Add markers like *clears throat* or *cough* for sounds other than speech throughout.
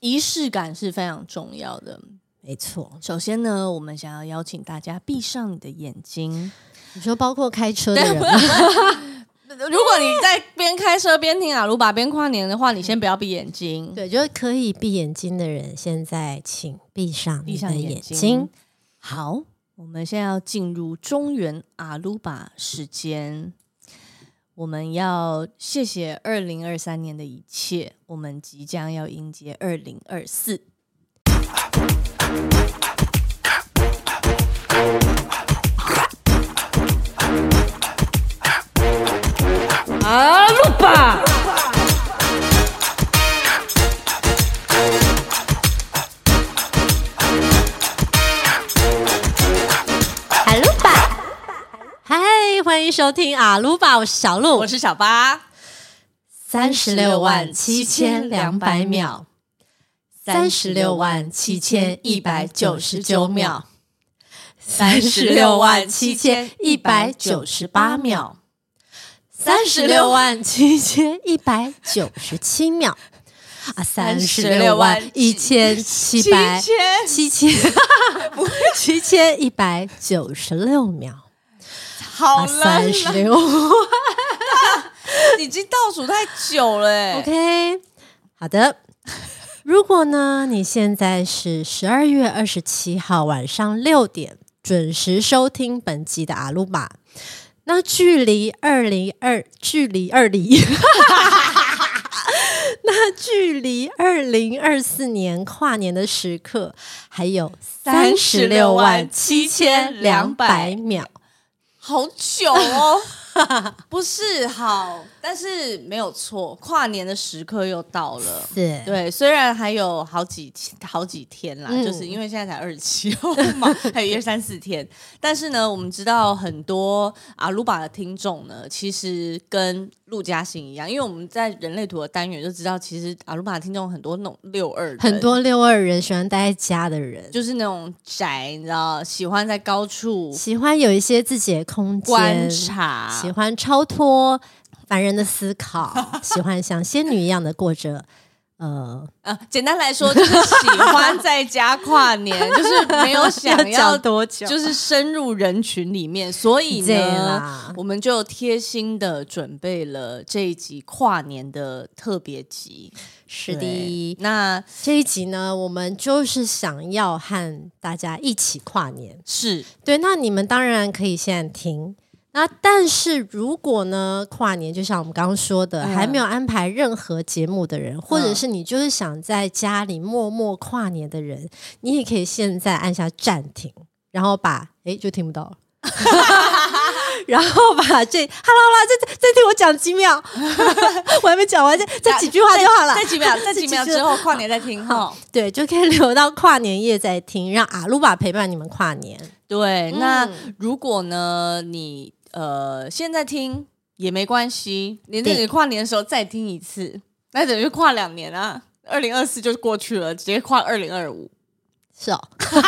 仪式感是非常重要的。没错，首先呢，我们想要邀请大家闭上你的眼睛。你说包括开车的人吗， *laughs* 如果你在边开车边听阿鲁巴边跨年的话，你先不要闭眼睛。对，就是可以闭眼睛的人，现在请闭上闭你上的眼眼睛。睛。好，我们现在要进入中原阿鲁巴时间。我们要谢谢二零二三年的一切，我们即将要迎接二零二四。阿鲁巴，阿鲁巴，嗨，欢迎收听阿鲁巴，我是小鹿我，是小八。三十六万七千两百秒，三十六万七千一百九十九秒，三十六万七千一百九十八秒，三十六万七千一百九十七秒，啊，三十六万一千七百七千 *laughs* 七千一百九十六秒，好啊，了三十啦，六已经倒数太久了、欸。 OK，好的。如果呢，你现在是十二月二十七号晚上六点准时收听本集的阿鲁玛，那距离二零二，距离二零， *laughs* 那距离二零二四年跨年的时刻还有三十六万七千两百秒。好久哦， *laughs* 不是好，但是没有错，跨年的时刻又到了。是，对，虽然还有好几好几天啦，嗯就是因为现在才二十七号 *laughs* 嘛，还有一二三四天。但是呢，我们知道很多阿鲁巴的听众呢，其实跟陆嘉欣一样，因为我们在人类图的单元就知道，其实阿鲁巴的听众很多那种六二人很多六二人喜欢待在家的人，就是那种宅，你知道，喜欢在高处喜欢有一些自己的空间观察，喜欢超脱凡人的思 *laughs* 考，喜欢像仙女一样的过着。呃，呃，简单来说就是喜欢在家跨年，就是没 *laughs* 有想要讲多久就是深入人群里面，所以这呢，啦，我们就贴心的准备了这一集跨年的特别集。是对的。那这一集呢，我们就是想要和大家一起跨年。是对，那你们当然可以现在听。那但是如果呢，跨年就像我们刚刚说的，嗯还没有安排任何节目的人，或者是你就是想在家里默默跨年的人，你也可以现在按下暂停，然后把诶就听不到了。 *laughs* 然后把这哈喽啦，再再听我讲几秒， *laughs* 我还没讲完，这这几句话就好了。在几秒，在几秒之后跨年再听哈。对，就可以留到跨年夜再听，让阿鲁巴陪伴你们跨年。对，那嗯如果呢，你呃现在听也没关系，你对你跨年的时候再听一次，那等于跨两年啊，二零二四就过去了，直接跨二零二五。是哦， *laughs*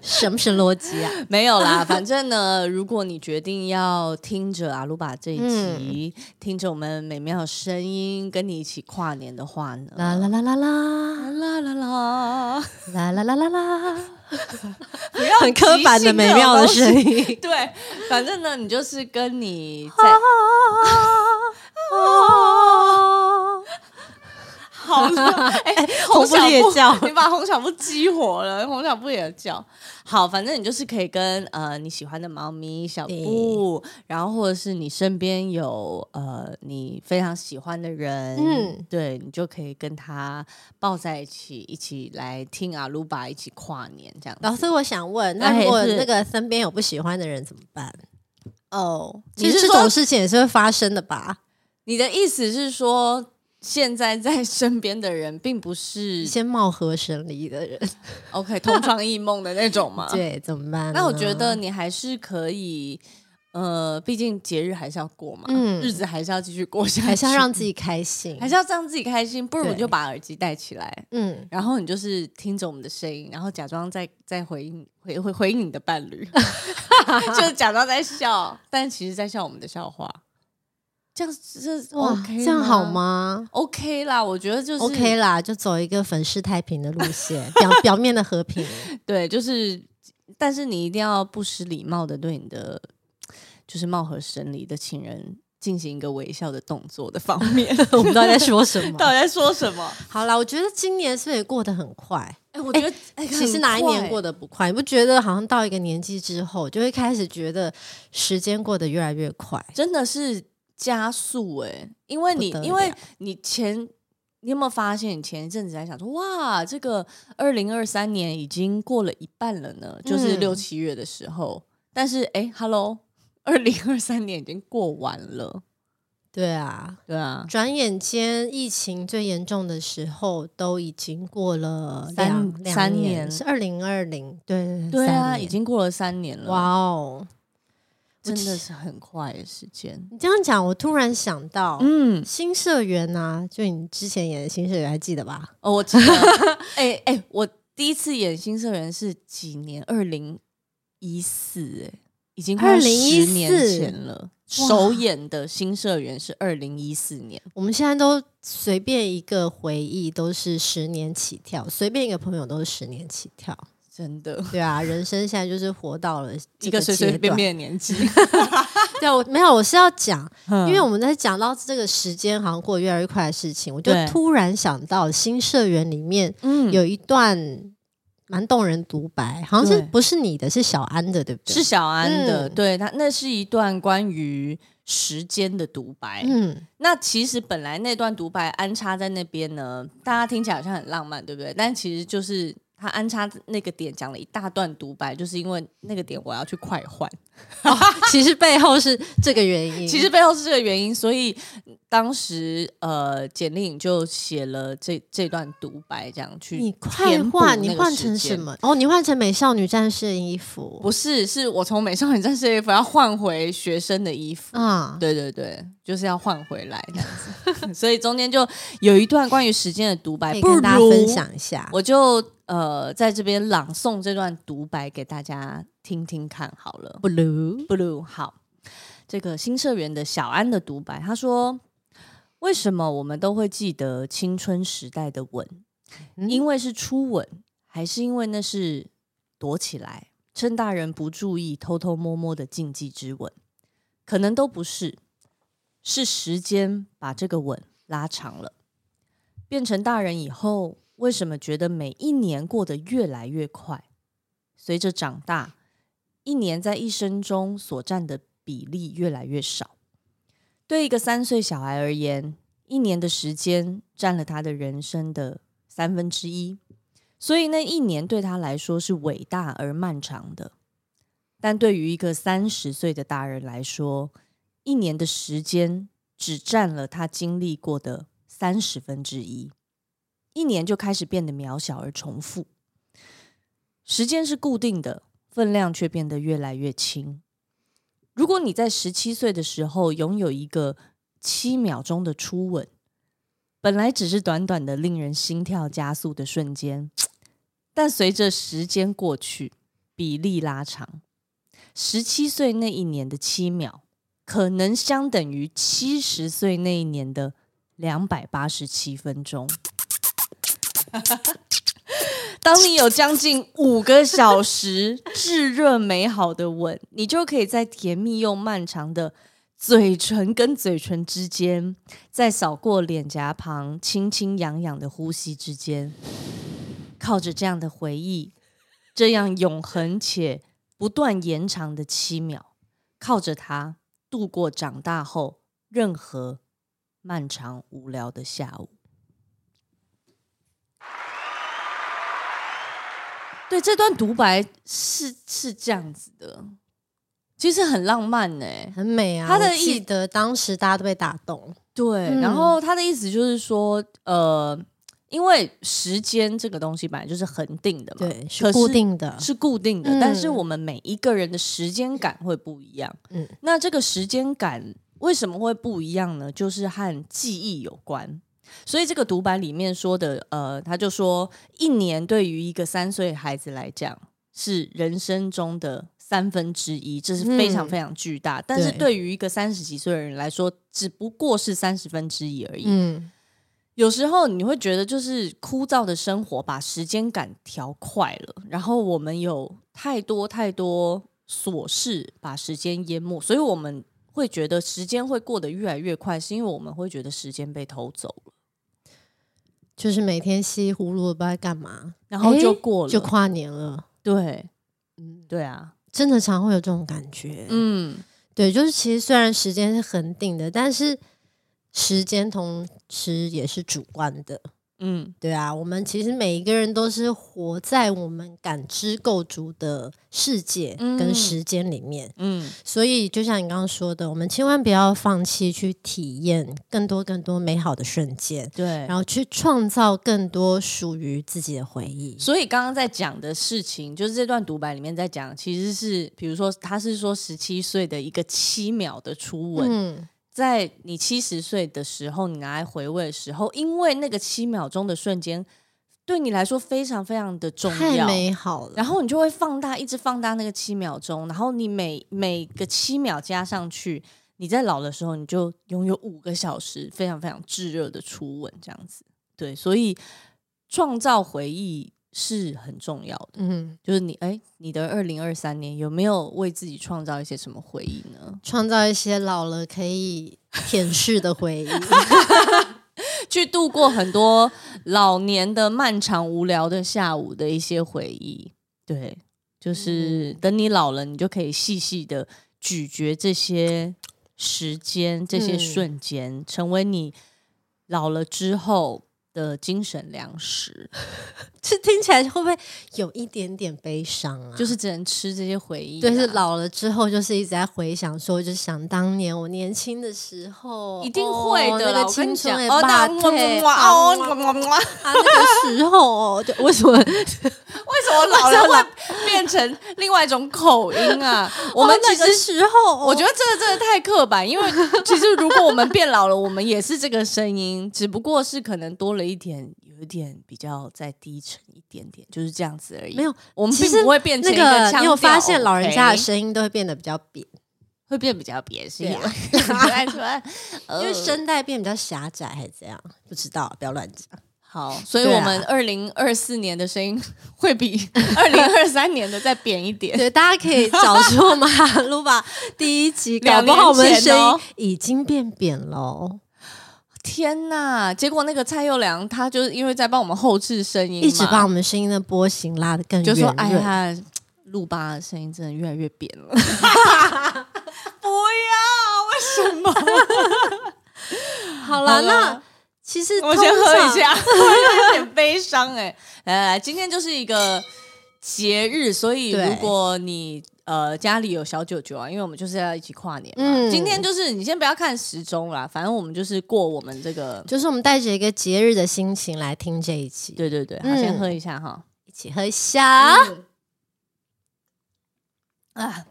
什么是逻辑 *laughs* 啊？没有啦，反正呢，如果你决定要听着阿鲁巴这一集，听着我们美妙的声音，跟你一起跨年的话呢，啦啦啦啦啦啦啦啦，啦啦啦啦啦，不要很刻板的美妙的声音。音。对，反正呢，你就是跟你 *laughs* 在哦好 *laughs* 了，哎、红布小也布叫 *laughs* 你把红小布激活了，红小布也叫。好，反正你就是可以跟呃你喜欢的猫咪小布，然后或者是你身边有呃你非常喜欢的人，嗯嗯，对你就可以跟他抱在一起，一起来听阿鲁巴，一起跨年这样子。老师，我想问，哎那如果是那个身边有不喜欢的人怎么办？哦，其实这种事情也是会发生的吧？你的意思是说，现在在身边的人并不是一些貌合神离的人， OK 同床异梦的那种吗？ *laughs* 对，怎么办？啊那我觉得，你还是可以，呃，毕竟节日还是要过嘛，嗯日子还是要继续过下去，还是要让自己开心，还是要让自己开心。不如对你就把耳机戴起来，嗯，然后你就是听着我们的声音，然后假装在在回应回回回应你的伴 *laughs* 侣，就是假装在笑，但其实在笑我们的笑话。这样这哇 OK 这样好吗？吗？ OK 啦，我觉得就是 OK 啦，就走一个粉饰太平的路线，表表面的和平。对，就是，但是你一定要不失礼貌的对你的就是貌合神离的情人进行一个微笑的动作的方 *laughs* 面。我 *laughs* 们到底在说什么？到底在说什么？好啦，我觉得今年是不是也过得很快？哎、我觉得、哎其实哪一年过的？得不快？你不觉得好像到一个年纪之后，就会开始觉得时间过得越来越快？真的是加速哎、因为不你得因为了你前。你有没有发现，你前一阵子在想说，哇，这个二零二三年已经过了一半了呢，就是嗯六七月的时候。但是，哎、h e l l o 二零二三年已经过完了，对啊，对啊，转眼间疫情最严重的时候都已经过了三两两三年，年是二零二零，对对啊，三已年经过了三年了，哇哇，哦！真的是很快的时间。你这样讲，我突然想到，嗯，新社员呐、就你之前演的新社员，还记得吧？哦，我记得，哎哎、我第一次演新社员是几年？二零一四，哎，已经快2014十年前了。哇首演的新社员是二零一四年，我们现在都随便一个回忆都是十年起跳，随便一个朋友都是十年起跳。真的对啊，人生现在就是活到了这一个随随阶便段。便的年 *laughs* 纪，对啊，我没有，我是要讲，因因为我们在讲到这个时间好像过得越来越快的事情，我就对突然想到新社员里面嗯有一段蛮动人独白，好像是对不是你的，是小安的，对不对？是，小安的，嗯对他那是一段关于时间的独白，嗯， *laughs* 那其实本来那段独白安插在那边呢，大家听起来好像很浪漫，对不对？但其实就是他安插那个点讲了一大段独白，就是因为那个点我要去快换。其实背后是这个原因。其实背后是这个原因，所以当时呃，简丽颖就写了这这段独白，这样去你快填补换，你那个换时成什间？么？哦，你换成美少女战士的衣服不是，是我从美少女战士的衣服要换回学生的衣服。啊？对对对，就是要换回来这样子， *laughs* 所以中间就有一段关于时间的独白可，以不如跟大家分享一下。我就呃在这边朗诵这段独白给大家听听看好了。不如 Blue，好，这个新社员的小安的独白，他说：“为什么我们都会记得青春时代的吻？嗯因为是初吻，还是因为那是躲起来，趁大人不注意偷偷摸摸的禁忌之吻？可能都不是，是时间把这个吻拉长了。变成大人以后，为什么觉得每一年过得越来越快？随着长大，一年在一生中所占的比例越来越少。对一个三岁小孩而言，一年的时间占了他的人生的三分之一，所以那一年对他来说是伟大而漫长的。但对于一个三十岁的大人来说，一年的时间只占了他经历过的三十分之一，一年就开始变得渺小而重复。时间是固定的，分量却变得越来越轻。如果你在十七岁的时候拥有一个七秒钟的初吻，本来只是短短的令人心跳加速的瞬间，但随着时间过去，比例拉长，十七岁那一年的七秒，可能相等于七十岁那一年的两百八十七分钟。 *laughs* 当你有将近五个小时炙热美好的吻，你就可以在甜蜜又漫长的嘴唇跟嘴唇之间，在扫过脸颊旁轻轻痒痒的呼吸之间，靠着这样的回忆，这样永恒且不断延长的七秒，靠着它度过长大后任何漫长无聊的下午。对，这段独白是是这样子的，其实很浪漫呢、很美啊！他的我意记得当时大家都被打动，对，嗯然后他的意思就是说，呃，因为时间这个东西本来就是恒定的嘛，对，嗯是可固定的，是固定的，嗯但是我们每一个人的时间感会不一样。嗯嗯，那这个时间感为什么会不一样呢？就是和记忆有关。所以这个独白里面说的，呃，他就说，一年对于一个三岁孩子来讲是人生中的三分之一，这是非常非常巨大。但是对于一个三十几岁的人来说，只不过是三十分之一而已。嗯，有时候你会觉得，就是枯燥的生活把时间感调快了，然后我们有太多太多琐事把时间淹没，所以我们会觉得时间会过得越来越快，是因为我们会觉得时间被偷走了，就是每天西葫芦不知道在干嘛，然后就诶过了，就跨年了。对嗯，对啊，真的常会有这种感觉。嗯，嗯，对，就是其实虽然时间是恒定的，但是时间同时也是主观的。嗯，对啊，我们其实每一个人都是活在我们感知构筑的世界跟嗯时间里面，嗯，所以就像你刚刚说的，我们千万不要放弃去体验更多更多美好的瞬间，对然。后去创造更多属于自己的回忆。所以刚刚在讲的事情，就是这段独白里面在讲，其实是比如说，他是说十七岁的一个七秒的初吻，嗯，在你七十岁的时候，你拿来回味的时候，因为那个七秒钟的瞬间，对你来说非常非常的重太要。美好了。然后你就会放大，一直放大那个七秒钟，然后你每每个七秒加上去，你在老的时候，你就拥有五个小时非常非常炙热的初吻，这样子。对，所以创造回忆是很重要的。嗯，就是你，哎，你的二零二三年有没有为自己创造一些什么回忆呢？创造一些老了可以舔舐的 *laughs* 回忆。 *laughs* 去度过很多老年的漫长无聊的下午的一些回忆。对，就是等你老了，你就可以细细的咀嚼这些时间、这些瞬间，成为你老了之后的精神粮食，这听起来会不会有一点点悲伤啊？就是只能吃这些回忆、对，是。老了之后，就是一直在回想说，就是想当年我年轻的时候，一定会哦的啦，那个我跟青你春讲，的哦，那霸么退，哇啊哦，哇哇哇哇！啊，那个时候哦，就为什么？为什么老了会变成另外一种口音啊？ *laughs* 我们哦其那实个时候哦，我觉得这个真的太刻板，因 *laughs* 为其实如果我们变老了，我们也是这个声音，只不过是可能多了一点，有一点比较再低沉一点点，就是这样子而已。没有，我们其并实不会变成那一个个，腔你有发调现老人家的 OK？声音都会变得比较扁，会变比较别是对啊因因为声带变比较狭窄还是怎样？不知道，不要乱讲。 *laughs* *laughs* 好，所以对啊我们二零二四年的声音会比二零二三年的再扁一点。啊 *laughs* 对，大家可以找出马路吧。第一集，*laughs* 搞两不好我们的年前声哦音已经变扁了哦，天呐！结果那个蔡佑良他就是因为在帮我们后置声音嘛，一直把我们声音的波形拉得更就圆说哎润。呀，路巴的声音真的越来越扁了。 *laughs* 不要，为什 *laughs* 么？好好了了，那其实我先通喝一常，下， *laughs* 有点悲伤哎、来来来，今天就是一个节日，所以对如果你呃家里有小九九啊，因为我们就是要一起跨年嘛。嗯今天就是你先不要看时钟啦，反正我们就是过我们这个。就是我们带着一个节日的心情来听这一集，对对对，好，嗯先喝一下哈。嗯一起喝一下。啊，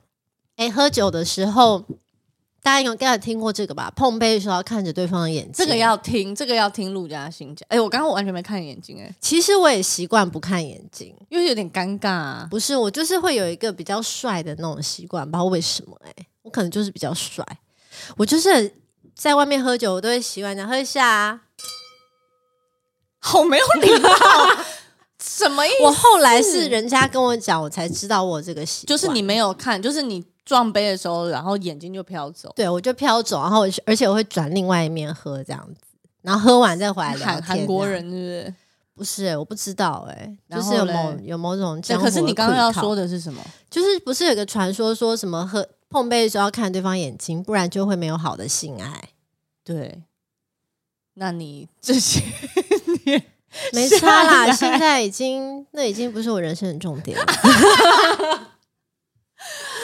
哎，喝酒的时候，大家有应该有听过这个吧？碰杯的时候要看着对方的眼睛，这个。要听，这个要听陆嘉欣讲。哎、我刚刚我完全没看眼睛、哎，其实我也习惯不看眼睛，因为有点尴尬、啊。不是我就是会有一个比较帅的那种习惯，不知道为什么哎、我可能就是比较帅，我就是很在外面喝酒，我都会习惯讲喝一下、啊。好没有礼貌，什么意思？我后来是人家跟我讲，我才知道我有这个习就惯，是你没有看，就是你撞杯的时候，然后眼睛就飘走，对我就飘走，然后我是而且我会转另外一面喝这样子，然后喝完再回来聊韩天韩国这样人是不是、欸，我不知道哎、就然是有后嘞某有某种不是？对，江湖的可是你刚刚要愧靠说的是什么？就是不是有个传说说什么喝碰杯的时候要看对方眼睛，不然就会没有好的性爱？对，那你这些你没差吓啦，人现在已经那已经不是我人生的重点了， *laughs*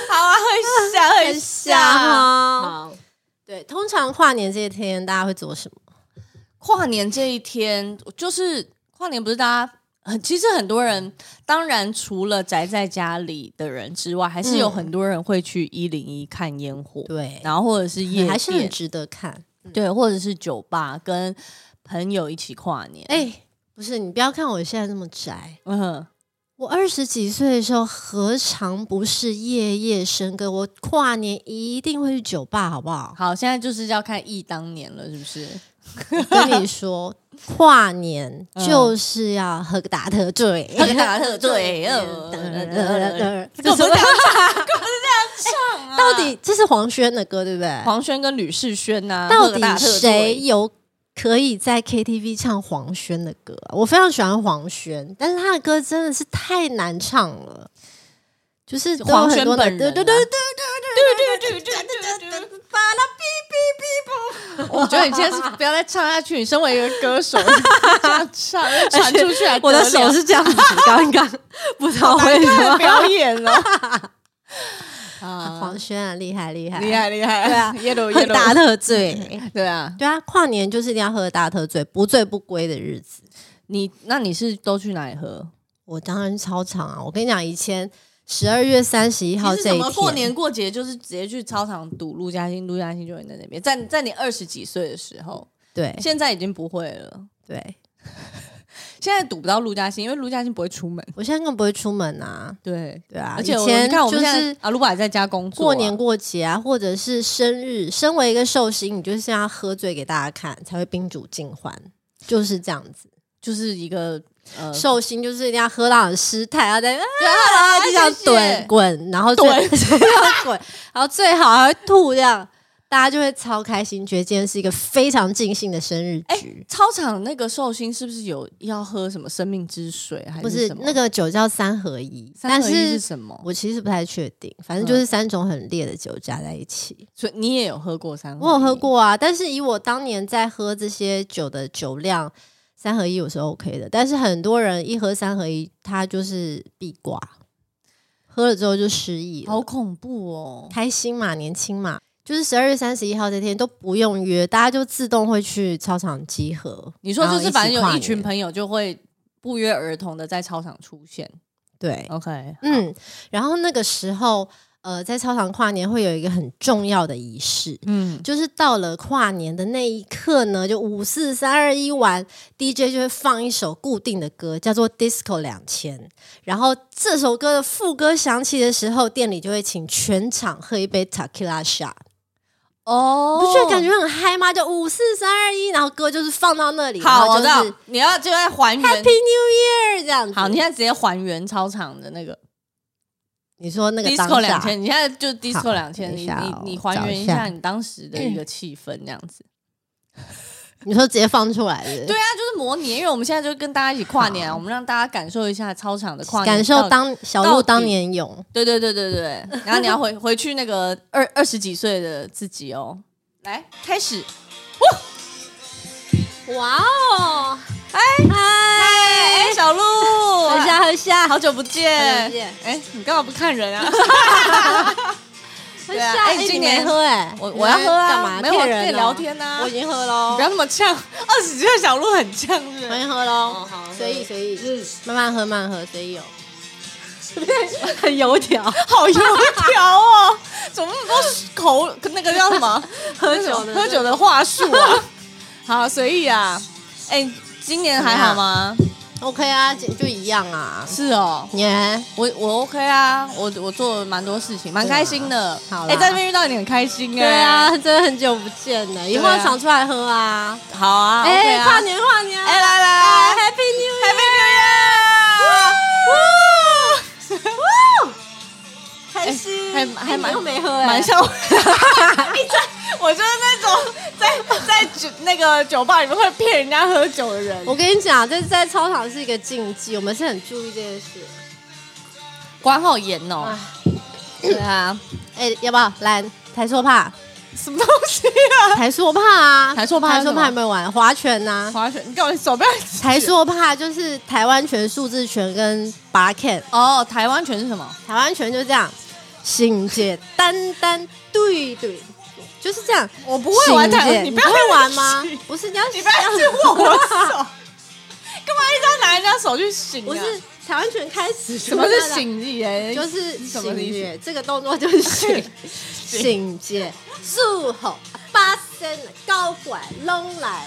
好啊，很下 *laughs* 很哦下。哈。好，哦对，通常跨年这一天大家会做什么？跨年这一天，就是跨年，不是大家。很，其实很多人，当然除了宅在家里的人之外，还是有嗯很多人会去一零一看烟火，对，然后或者是夜店，还是很值得看。对，或者是酒吧跟朋友一起跨年。哎哎、不是你不要看我现在这么宅，嗯，我二十几岁的时候，何尝不是夜夜笙歌？我跨年一定会去酒吧，好不好？好，现在就是要看忆当年了，是不 *laughs* 是？我跟你说， *laughs* 跨年就是要喝个大特醉，嗯 *laughs* 喝个大特 *laughs* 醉，呃，这什么？到底这是黄轩的歌，对不对？啊黄轩跟吕世轩呐，到喝个大底特醉谁有可以在 KTV 唱黄轩的歌啊、我非常喜欢黄轩，但是他的歌真的是太难唱了，就是都有黄很轩多的本人对对对啊对对对对对对对对，巴拉哔哔哔啵。我觉得你现在是不要再唱下去。你身为一个歌手，这样唱传出去还得我的了手是这样子，刚 *laughs* 刚不知道为什么。表演 *laughs* 了黄啊，轩啊，厉害厉害厉，害厉害，对啊，yellow 喝大 yellow，特醉。对啊。 *laughs* 对啊，跨年就是一定要喝大特醉，不醉不归的日子。你那你是都去哪里喝？我当然超长啊！我跟你讲，以前十二月三十一号其实这怎一么天，过年过节就是直接去操场赌陆嘉欣，陆嘉欣就会在那边。在在你二十几岁的时候，对现在已经不会了。对，现在赌不到陆嘉欣，因为陆嘉欣不会出门。我现在更不会出门啊。对，对啊，而且以我前你看我就们现是在阿鲁巴也在家工作啊，过年过节啊，或者是生日，身为一个寿星，你就是要喝醉给大家看，才会宾主尽欢，就是这样子。就是一个呃寿星就是一定要喝到很失态，然后在对啊在地上滚，滚，然后最 *laughs* 滚最要滚，然后最好还会吐，这样大家就会超开心，觉得今天是一个非常尽兴的生日哎局。操场那个寿星是不是有要喝什么生命之水还不是是什么？那个酒叫三合一，三合但一是是什么？嗯我其实不太确定，反正就是三种很烈的酒加在一起。所以你也有喝过三合一？我有喝过啊，但是以我当年在喝这些酒的酒量，三合一我是 OK 的。但是很多人一喝三合一，他就是必挂，喝了之后就失忆好了。恐怖哦！开心嘛，年轻嘛，就是十二月三十一号这天都不用约，大家就自动会去操场集合。你说就是反正然后有起一群跨年朋友就会不约而同的在操场出现。对， OK，嗯，然后那个时候，呃，在操场跨年会有一个很重要的仪式，嗯，就是到了跨年的那一刻呢，就五四三二一完，DJ 就会放一首固定的歌，叫做《Disco 两千》。然后这首歌的副歌响起的时候，店里就会请全场喝一杯 Tequila shot，哦，不觉得感觉很嗨吗？就五四三二一，然后歌就是放到那里，好，我知然道后就是你要就在还 Happy 原 New。Year 这样子。好，你现在直接还原操场的那个你说那个当 disco 两下，千，你现在就 disco 好两千，等一你下你哦你还找原一一下下你当时的一个气氛，这样子。你说直接放出来的，对啊，就是模拟，因为我们现在就跟大家一起跨年啊，好我们让大家感受一下操场的跨年，感受。当小到鹿底当年勇。对对对对对，然后你要回回去那 *laughs* 个二二十几岁的自己哦，来开始，哇哦！哎嗨，哎，小鹿，喝下喝下，好久不好见久不见，哎，你干嘛不看人啊？ *laughs* 喝对啊下。哎哎，你今你没年喝哎，我你我要喝啊干嘛？没有骗人跟你哦聊天啊我已经喝你喽不，要那么呛，二十几岁小鹿很呛是不我已是。经喝哦喽好，随意随意，嗯，慢慢喝慢慢喝，随意哦。很油条， *laughs* 好油条哦， *laughs* 怎么那么多口那个叫什么喝酒 *laughs* 的喝酒的话术啊？ *laughs* 好随意啊！哎，今年还好吗？ ，OK 啊，就就一样啊。是哦，你呢我我 OK 啊，我我做了蛮多事情，蛮开心的。对啊好啦哎、在这边遇到你很开心哎、对啊，，真的很久不见了，以后要常出来喝啊。好啊，哎，跨跨年，年跨年，哎、来来哎来，Happy New Year！ ，Happy New Year！开心，还还哎蛮你又没喝哎，蛮 *laughs* 像我， *laughs* 你在我就是那种在在酒那个酒吧里面会骗人家喝酒的人。我跟你讲，这在操场是一个禁忌，我们是很注意这件事。管好严哦哎。对啊，哎、要不要来台硕帕？什么东西啊？台硕帕啊，台硕帕是台硕什么帕有没有玩划拳呐、啊？滑雪，你干嘛？手不要指台硕帕就是台湾拳、数字拳跟拔 K。哦，台湾拳是什么？台湾拳就这样，醒姐单单对对，就是这样。我不会玩台醒姐湾，你不要会玩吗你？不是，你要不要一直握我手， *laughs* 干嘛一直要拿人家手去醒、啊？ *laughs* 不是台湾拳开始什么是？醒意、欸？就是什么醒意思？姐这个动作就是 *laughs* 醒醒姐，竖吼八声高拐拢来。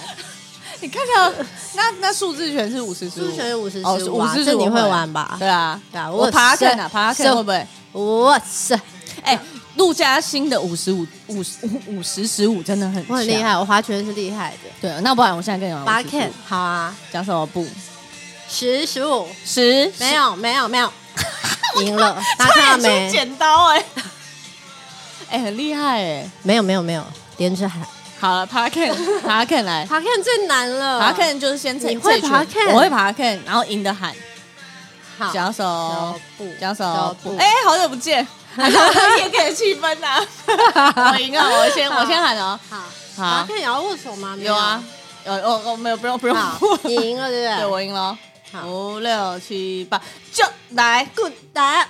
你看到那那数字拳是五十十数五，学五十哦十是五啊， 50这你我会玩吧？对啊，对啊，我爬看啊，爬看会不会？会？我是哎，陆嘉欣的五十五五十五十十五真的很我很强厉。害，我划拳是厉害的。对，那不然我现在跟你玩八55 K 好啊，讲什么不十十五十没有没有没有， *laughs* 赢了，大家看到没？剪刀哎、 *laughs* 哎、很厉害哎、没有没有没有，连着喊好了，爬 Ken，爬 Ken 来，爬 K 最难了，爬 Ken 就是先你猜会爬 Ken？我会爬 Ken，然后赢的喊，好讲手脚，步讲手脚，步哎、好久不见， *laughs* 还是我也给气氛 *laughs* 呐、啊，我赢了，我先我先喊哦，好，好爬 K 也要握手吗？没有啊，，有哦哦没有不用不用好，你赢了对不对对？我赢了哦，好五六七八，就来 good 来啊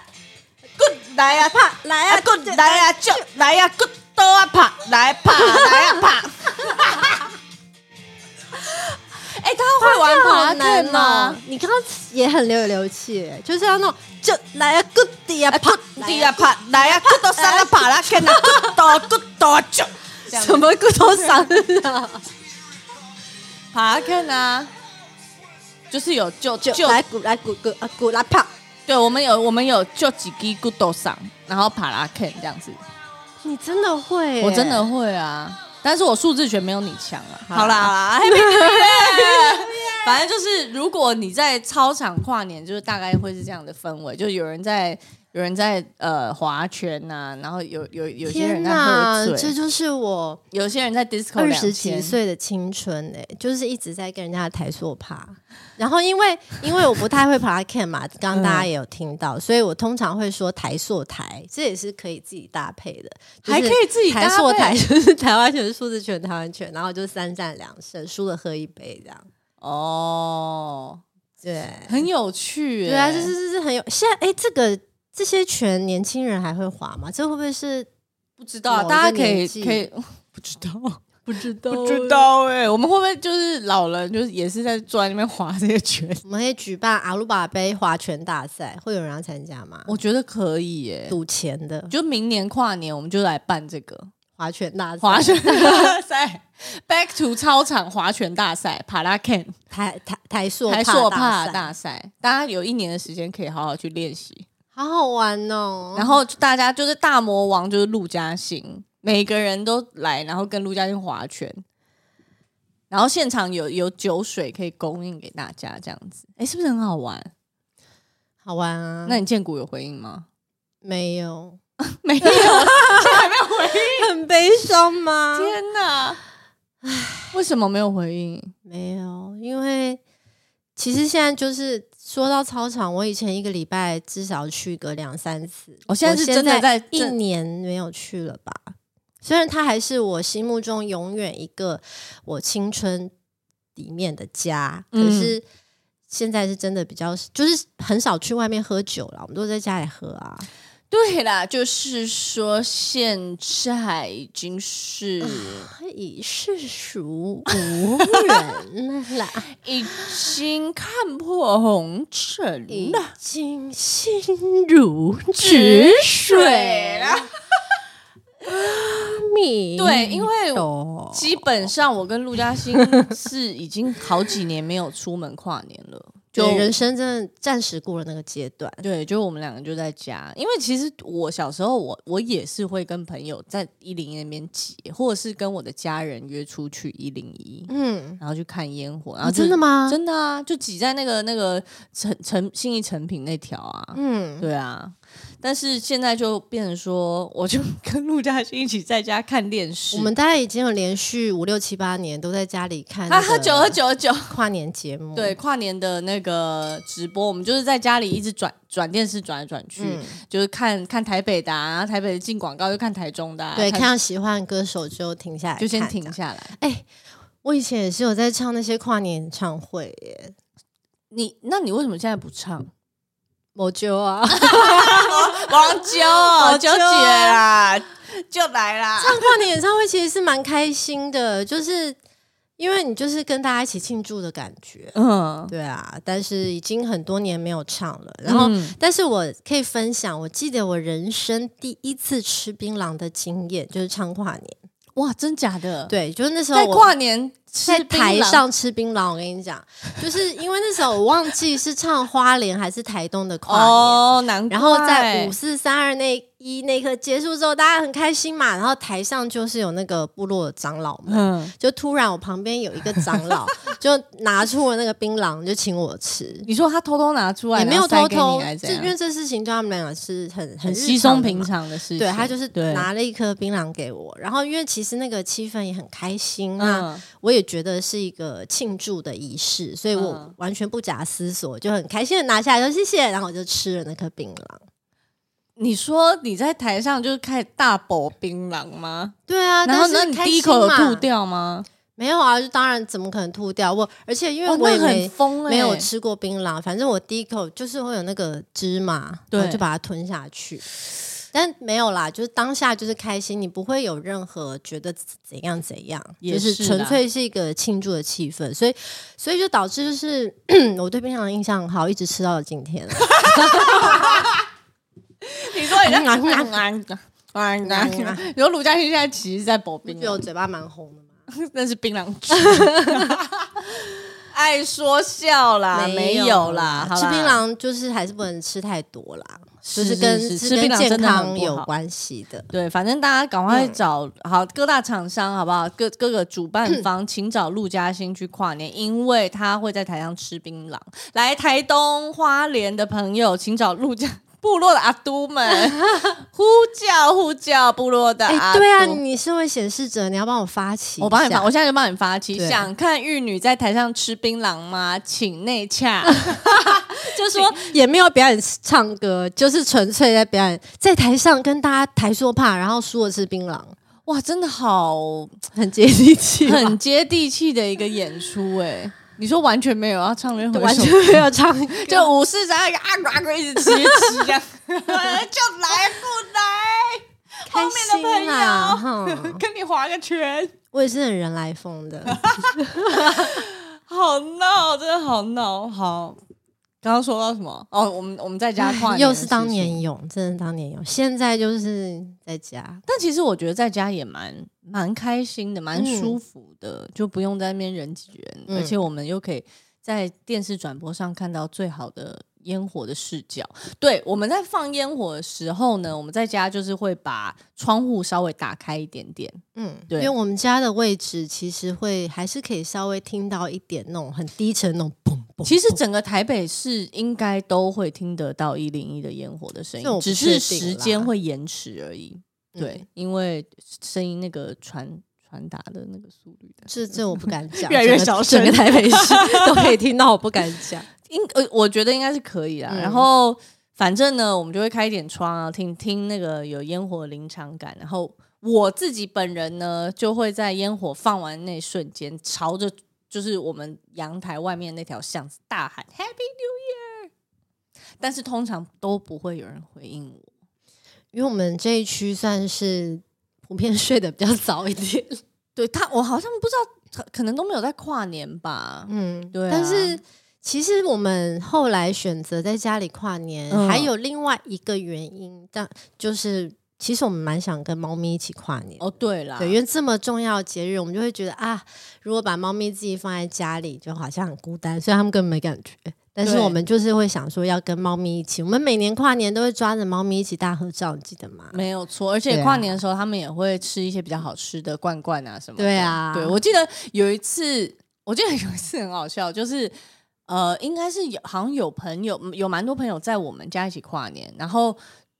good 来啊怕来啊啊， ，good 来啊，就来啊，good 多啊，啪来啪 *laughs* 来啊啪。哎，他会玩爬好 K 难吗哦？？你刚刚也很流流气，就是要那种就来啊，good 地啊，哎，啪啪地啊，啪来啊，good 多三啊，啪啦 K 啊，good 多 good 多就什么 good 都伤啊，爬 K 啊？就是有就就就来鼓来鼓鼓啊鼓来啪，对，我们有我们有就几滴 good 多上，然后爬啦 K 这样子。你真的会耶，我真的会啊，但是我数字学没有你强啊。好好啦好啦，Happy New Year！反正就是，如果你在操场跨年，就是大概会是这样的氛围，就有人在有人在呃划拳呐、然后有有有些天人在喝这醉，就是我有些人在 disco 二十几2000，岁的青春哎、就是一直在跟人家台塑爬。然后因为 *laughs* 因为我不太会爬 can 嘛，刚刚大家也有听嗯到，所以我通常会说台塑台，这也是可以自己搭配的，还可就是以自己台搭塑配台 *laughs* 就是台湾拳、数字拳、台湾拳，然后就三战两胜，输了喝一杯这样。哦，对，很有趣、欸。对啊，这是这是很有。现在哎、这个这些拳年轻人还会滑吗？这会不会是不知道啊，某一个大家可以年纪可以 *laughs* 不知道。不知道不知。道哎、我们会不会就是老人，就是也是在坐在那边划这些拳？我们可以举办阿鲁巴杯划拳大赛，会有人要参加吗？我觉得可以耶、赌钱的就明年跨年我们就来办这个划拳大赛，划拳大 *laughs* 赛，Back to 操场划拳大赛，帕拉 Ken *laughs* 台台台塑台硕帕大赛，大赛，大家有一年的时间可以好好去练习。好好玩哦。然后大家就是大魔王就是陆嘉欣，每个人都来，然后跟陆嘉欣划拳。然后现场有有酒水可以供应给大家，这样子，哎，是不是很好玩？好玩啊，那你建谷有回应吗？没有没 *laughs* 有，现在还没有回应。很悲伤吗天哪， *sighs* 为什么没有回应？没有，因为其实现在就是说到操场，我以前一个礼拜至少去个两三次，我现在是真的在一正年没有去了吧？虽然它还是我心目中永远一个我青春里面的家，可嗯是现在是真的比较，就是很少去外面喝酒了，我们都在家里喝啊。对啦，就是说现在已经 *sighs* 是已世俗无人 *laughs* 了，已经看破红尘已了，经心如止水 *laughs* 了。啦。米对，因为懂基本上我跟陆嘉 *laughs* 欣是已经好几年没有出门跨年 *laughs* 了，就就人生真的暂时过了那个阶段，对，就我们两个就在家，因为其实我小时候我，我也是会跟朋友在一零一那边挤，或者是跟我的家人约出去一零一，嗯，然后去看烟火，然啊，后就真的吗？哦真的啊，就挤在那个那个成成信义成品那条啊，嗯，对啊。但是现在就变成说，我就跟陆嘉欣一起在家看电视，我们大概已经有连续五六七八年都在家里看啊喝酒喝酒喝酒，跨年节目，对，跨年的那个直播，我们就是在家里一直转转电视转来转去，嗯，就是看看台北的、啊，然后台北的进广告就看台中的、啊，对，看到喜欢的歌手就停下来，就先停。下来。哎，我以前也是有在唱那些跨年演唱会耶，你那你为什么现在不唱？某酒啊，王 *laughs* 九九姐啦，就来啦唱跨年演唱会其实是蛮开心的，就是因为你就是跟大家一起庆祝的感觉。嗯，对啊，但是已经很多年没有唱了。然后，嗯但是我可以分享，我记得我人生第一次吃槟榔的经验，就是唱跨年。哇，真假的？，对，就是那时嗯候在我跨年在吃槟台榔上吃槟榔，我跟你讲，就是因为那时候我忘记是唱花莲还是台东的跨年，哦，难怪。然后在五四三二那一那一刻结束之后，大家很开心嘛，然后台上就是有那个部落的长老们，嗯，就突然我旁边有一个 *laughs* 长老就拿出了那个槟榔，就请我吃。你说他偷偷拿出来，也没有然后偷塞给你偷还，是这怎因样为这事情对他们两个是很很日稀常松的平嘛常的事情。对他就是对拿了一颗槟榔给我，然后因为其实那个气氛也很开心啊，嗯，我也觉得是一个庆祝的仪式，所以我嗯完全不假思索就很开心的拿下来说谢谢，然后我就吃了那颗槟榔。你说你在台上就是开始大饱槟榔吗？对啊，然后但那是你开第一心口有嘛吐？掉吗？没有啊，就当然怎么可能吐掉？我而且因为哦我那也没、很疯欸没有吃过槟榔，反正我第一口就是会有那个芝麻，然后对就把它吞下去。但没有啦，就是当下就是开心，你不会有任何觉得怎样怎样，也就是是纯啦粹是一个庆祝的气氛，所以所以就导致就是 *clears throat* 我对槟榔的印象很好，一直吃到了 *laughs* 今天。你说你在嗯嗯你说卢嘉欣现在其实在保你槟觉得我榔，嘴巴蛮红的吗？那是槟榔汁。爱说笑啦，啊没有啦，好吃啦槟榔就是还是不能吃太多啦，就是跟是是吃槟跟榔健真的很康不有好关系的。对，反正大家赶嗯快找、好各大厂商好不好？各各个主嗯办方，请找陆嘉欣去跨年，因为他会在台上吃槟榔。来台东花莲的朋友，请找陆嘉部落的阿都 *laughs* 们呼叫呼叫部落的哎、阿都。对啊，你身为显示者，你要帮我发起一下，我帮你发，我现在就帮你发起。对想看玉女在台上吃槟榔吗？请内 *laughs* 洽，就说也没有表演唱歌，就是纯粹在表演，在台上跟大家台说怕，然后输的吃槟榔，哇，真的好很接地气吧，很接地气的一个演出哎、你说完全没有要唱任何 *laughs* 完首全没有唱歌，就武士长啊啊啊，一直吃吃 *laughs* 这样，就来不来？开后面的朋心友啦。哈跟你划个圈，我也是很人来疯的， *laughs* 好闹，真的好闹。好，刚刚说到什么？哦，我们我们在家跨 *laughs* 年，又是当。年勇，真的当年勇，现在就是在家。但其实我觉得在家也蛮蛮开心的，蛮舒服的，就不用在那边人挤人，嗯而且我们又可以在电视转播上看到最好的烟火的视角。对，我们在放烟火的时候呢，我们在家就是会把窗户稍微打开一点点，嗯，对因为我们家的位置其实会还是可以稍微听到一点那种很低沉那种嘣嘣。其实嘣整个台北市应该都会听得到一零一的烟火的声这我音，不只确是定时啦间会延迟而已。对，嗯因为声音那个传传达的那个速率的，这这我不敢 *laughs* 讲，越来越整个小声整个台北市都可以听到，我不敢讲。应呃，我觉得应该是可以啦。嗯然后反正呢，我们就会开一点窗啊，听听那个有烟火的临场感。然后我自己本人呢，就会在烟火放完那瞬间，朝着就是我们阳台外面那条巷子大喊 Happy New Year。但是通常都不会有人回应我。因为我们这一区算是普遍 *laughs* 睡得比较早一点，对他，我好像不知道，可可能都没有在跨年吧。嗯，对啊但是其实我们后来选择在家里跨年，嗯还有另外一个原因，但就是其实我们蛮想跟猫咪一起跨年的。哦，对啦，对，因为这么重要的节日，我们就会觉得啊，如果把猫咪自己放在家里，就好像很孤单。虽然它们根本没感觉，但是对我们就是会想说要跟猫咪一起。我们每年跨年都会抓着猫咪一起大合照，你记得吗？没有错，而对且啊跨年的时候，他们也会吃一些比较好吃的罐罐啊什么的。对啊对我记得有一次，我记得有一次很好笑，就是呃，应该是有好像有朋友有蛮多朋友在我们家一起跨年，然后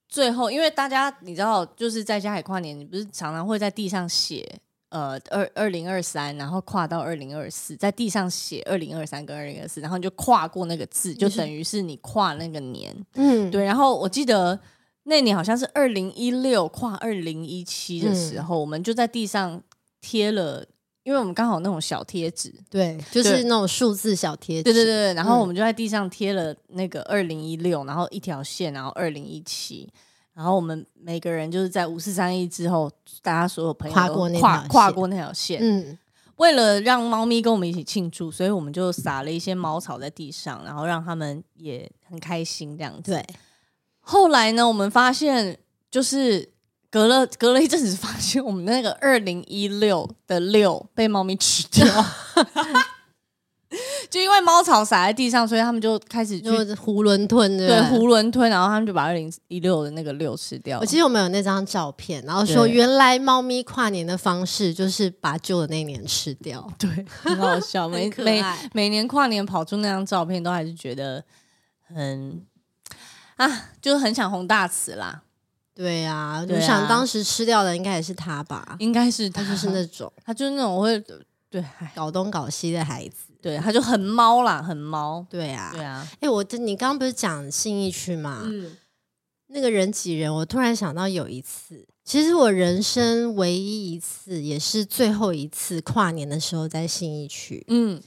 最后因为大家你知道，就是在家里跨年，你不是常常会在地上写。呃，二二零二三，然后跨到二零二四，在地上写二零二三跟二零二四，然后你就跨过那个字，就就是等于是你跨那个年。嗯，对，然后我记得那年好像是二零一六跨二零一七的嗯时候，我们就在地上贴了，因为我们刚好那种小贴纸，对，就是那种数字小贴纸。对对对，对然后嗯我们就在地上贴了那个二零一六，然后一条线，然后二零一七。然后我们每个人就是在五四三一之后，大家所有朋友跨都过那跨条跨线过那条线，嗯，为了让猫咪跟我们一起庆祝，所以我们就撒了一些猫草在地上，然后让它们也很开心这样子。对，后来呢，我们发现就是隔了 *laughs* 隔了一阵子，发现我们那个二零一六的六被猫咪吃掉， *laughs* 就因为猫草撒在地上，所以他们就开始去就是囫囵吞对不对对囫囵吞，然后他们就把二零一六的那个六吃掉了。我记得我们有那张照片，然后说对原来猫咪跨年的方式就是把旧的那一年吃掉，啊对，很好笑，每很可每爱每年跨年跑出那张照片，都还是觉得很啊，就是很想宏大词啦，对啊，对啊我想当时吃掉的应该也是它吧，应该是它他就是那种他就是那种会对哎搞东搞西的孩子。对，他就很猫啦，很猫，对啊，对啊，哎、我这你刚刚不是讲信义区嘛？嗯，那个人挤人，我突然想到有一次，其实我人生唯一一次，也是最后一次跨年的时候在信义区。嗯，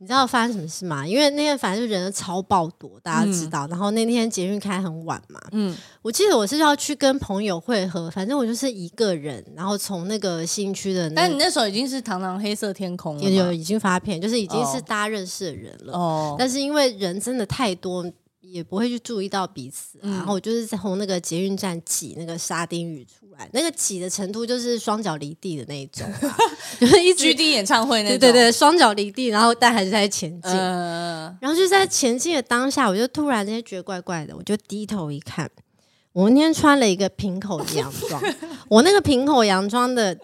你知道发生什么事吗？因为那天反正就人都超爆多，大家知道。然后那天捷运开很晚嘛，嗯，我记得我是要去跟朋友会合，反正我就是一个人，然后从那个新区的那但你那时候已经是堂堂黑色天空了嗯也有嘛，已经发片，就是已经是哦大家认识的人了。哦，但是因为人真的太多，也不会去注意到彼此啊、嗯然后我就是从那个捷运站挤那个沙丁鱼出来，那个挤的程度就是双脚离地的那一种啊， *laughs* 就是一直巨地演唱会那对种，对嗯对，双脚离地，然后但还是在前进。呃，然后就在前进的当下，我就突然间觉得怪怪的，我就低头一看，我那天穿了一个平口的洋 *laughs* 装，我那个平口洋装的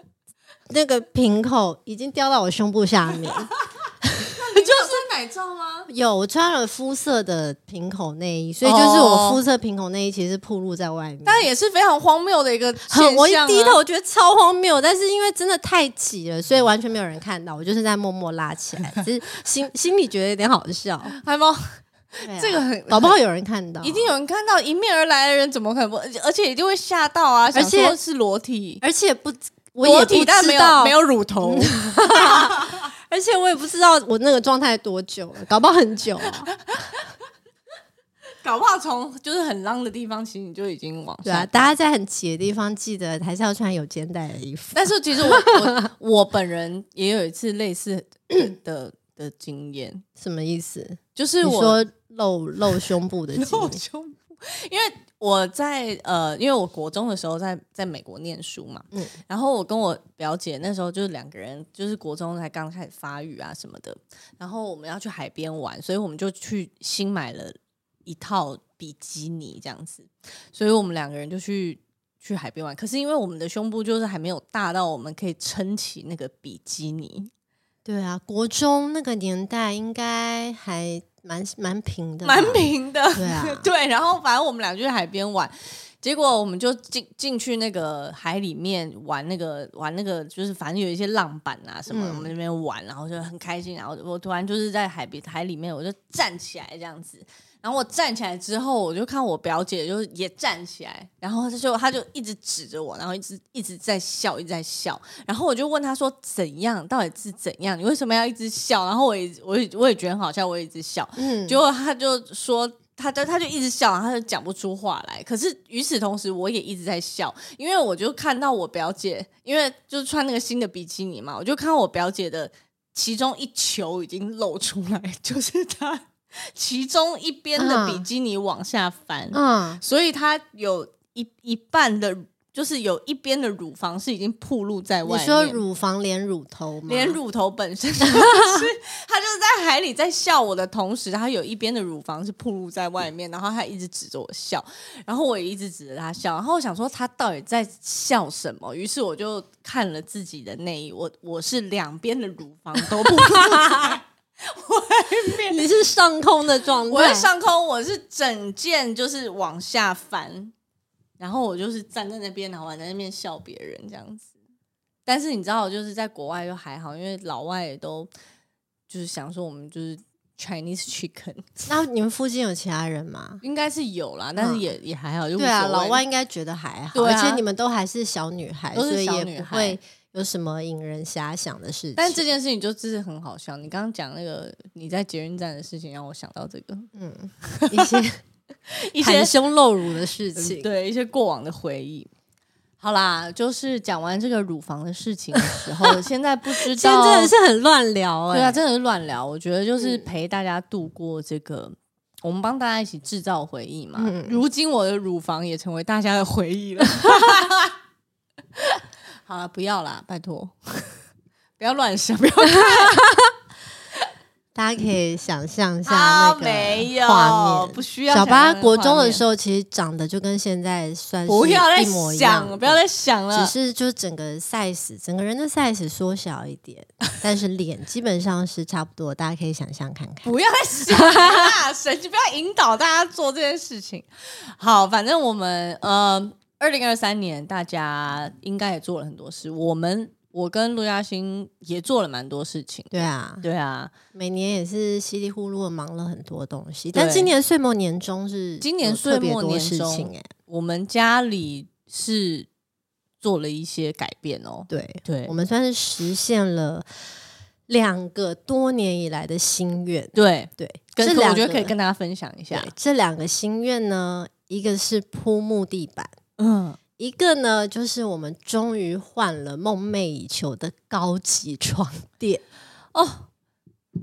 那个平口已经掉到我胸部下 *laughs* 面。就是奶罩吗？有，我穿了肤色的平口内衣，所以就是我哦肤色平口内衣其实暴露在外面。但也是非常荒谬的一个现象、很，啊。我一低头觉得超荒谬，但是因为真的太挤了，所以完全没有人看到，我就是在默默拉起来，只是 *laughs* 心心里觉得有点好笑。还猫，对啊这个很搞不好有人看到，一定有人看到迎面而来的人，怎么可能不？而且一定会吓到啊！想且说是裸体，而且不，我也裸不知体但没道嗯有没有乳头，而且我也不知道我那个状态多久了，搞不好很久啊，搞不好从就是很浪的地方，其实你就已经往对啊，下。大家在很挤的地方，记得还是要穿有肩带的衣服。但是其实我我我 *laughs* 本人也有一次类似的的的经验，什么意思？就是你我说露露胸部的 *laughs* 经露历，胸部，因为我在呃，因为我国中的时候在在美国念书嘛，嗯然后我跟我表姐那时候就是两个人，就是国中才刚开始发育啊什么的，然后我们要去海边玩，所以我们就去新买了一套比基尼这样子，所以我们两个人就去。去海边玩，可是因为我们的胸部就是还没有大到我们可以撑起那个比基尼，对啊，国中那个年代应该还蛮蛮平的吧，蛮平的，对啊 *laughs* 对，然后反正我们俩就去海边玩，结果我们就进进去那个海里面玩那个玩那个，就是反正有一些浪板啊什么，嗯我们那边玩，然后就很开心。然后我突然就是在海边海里面，我就站起啊来这样子。然后我站起来之后，我就看我表姐就是也站起来，然后她就她就一直指着我，然后一直一直在笑，一直在笑。然后我就问她说：“怎样？到底是怎样？你为什么要一直笑？”然后我也我也我也觉得很好笑，我也一直笑。嗯，结果他就说。他就他就一直笑，然后他就讲不出话来。可是与此同时，我也一直在笑，因为我就看到我表姐，因为就是穿那个新的比基尼嘛，我就看到我表姐的其中一球已经露出来，就是她其中一边的比基尼往下翻，嗯，所以她有一一半的，就是有一边的乳房是已经暴露在你外面。说乳房连乳头吗？连乳头本身就是，他就是在海里在笑我的同时，他有一边的乳房是暴露在外面，然后他一直指着我笑，然后我也一直指着他笑，然后我想说他到底在笑什么，于是我就看了自己的内衣，我我是两边的乳房都暴露在外面，你是上空的状态，我在上空，我是整件就是往下翻，然后我就是站在那边，然后我还在那边笑别人这样子。但是你知道，我就是在国外就还好，因为老外也都就是想说我们就是 Chinese chicken，那你们附近有其他人吗？应该是有啦，但是也、也还好，就无嗯对啊，所谓老外应该觉得还好，对啊而且你们都还是小女孩，都所是以小也女不孩会有什么引人遐想的事情。 *laughs* 但这件事情就真是很好笑。你刚刚讲那个你在捷运站的事情，让我想到这个嗯，一些一些含胸露乳的事 *laughs* 嗯情，对一些过往的回忆。好啦，就是讲完这个乳房的事情的时 *laughs* 候，现在不知现在道，真的是很乱聊哎、 *laughs* 对啊，嗯真的是乱聊。我觉得就是陪大家度过这个，我们帮大家一起制造回忆嘛。嗯 *laughs* 如今我的乳房也成为大家的回忆了。好了，不要啦，拜托， *laughs* 不要乱想，不要看大家可以想象一下那啊个没有画面。不需要。小巴国中的时候，候，其实长得就跟现在算是不要再一模一想样了，的，不要再想只了。是就整个 size，整个人的 size 缩小一 *laughs* 点，但是脸基本上是差不多，大家可以想象看看。不要再想了啦，神经！不要引导大家做这件事情。好，反正我们呃，二零二三年大家应该也做了很多事，我们我跟陆嘉欣也做了蛮多事情。对啊，对啊，每年也是稀里糊涂的忙了很多东西，对但今年岁末年终是今年有特别岁末多年事终情哎、我们家里是做了一些改变哦。对，对我们算是实现了两个多年以来的心愿。对，对，跟这我两觉得可以个跟大家分享一下对。这两个心愿呢，一个是铺木地板，嗯，一个呢就是我们终于换了梦寐以求的高级床垫。哦，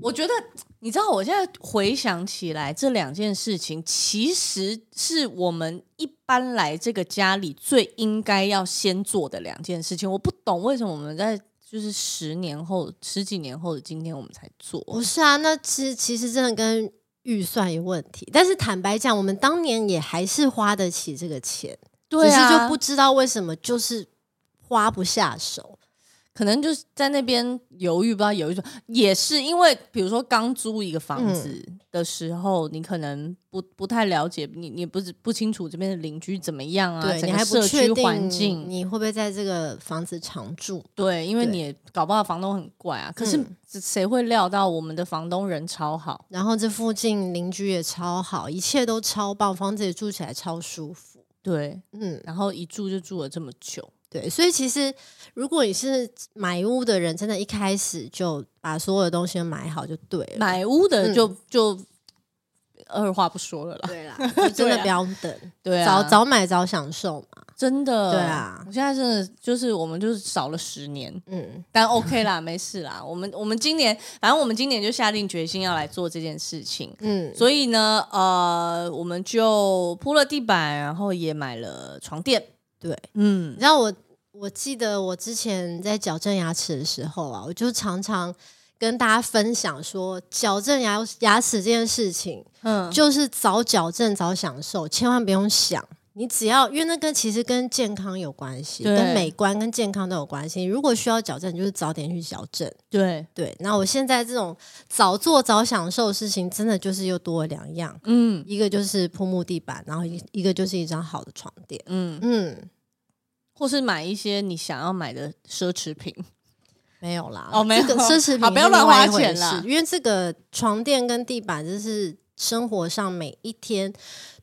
我觉得你知道，我现在回想起来，这两件事情其实是我们一般来这个家里最应该要先做的两件事情。我不懂为什么我们在就是十年后、十几年后的今天我们才做。不是啊，那其实其实真的跟预算有问题。但是坦白讲，我们当年也还是花得起这个钱，对啊，只是就不知道为什么就是花不下手。可能就是在那边犹豫，不知道犹豫什么，也是因为比如说刚租一个嗯房子的时候，你可能不不太了解，你你不是不清楚这边的邻居怎么样啊，对整你个还不社确区定环境，你会不会在这个房子常住？对，因为对你也搞不好房东很怪啊，可是嗯谁会料到我们的房东人超好？然后这附近邻居也超好，一切都超棒，房子也住起来超舒服。对，嗯，然后一住就住了这么久，对，所以其实如果你是买屋的人，真的一开始就把所有的东西都买好就对嗯了。买屋的就、就二话不说了啦，对 *laughs* 啦，就真对的啊不要等，对啊，早早买早享受嘛。真的，对啊我现在真的就是我们就是少了十年。嗯，但 OK 啦，没事啦。我们我们今年，反正我们今年就下定决心要来做这件事情。嗯，所以呢，呃，我们就铺了地板，然后也买了床垫。对。嗯你，知道我，我记得我之前在矫正牙齿的时候啊，我就常常跟大家分享说，矫正牙牙齿这件事情，嗯就是早矫正早享受，千万不用想。你只要因为那跟其实跟健康有关系，对跟美观跟健康都有关系。如果需要矫正，你就是早点去矫正。对，对，那我现在这种早做早享受的事情，真的就是又多了两样，嗯一个就是铺木地板，然后一一个就是一张好的床垫。嗯，嗯，或是买一些你想要买的奢侈品。没有啦，哦没有这个奢侈好品不要是另乱外花一回钱啦事因为这个床垫跟地板就是生活上每一天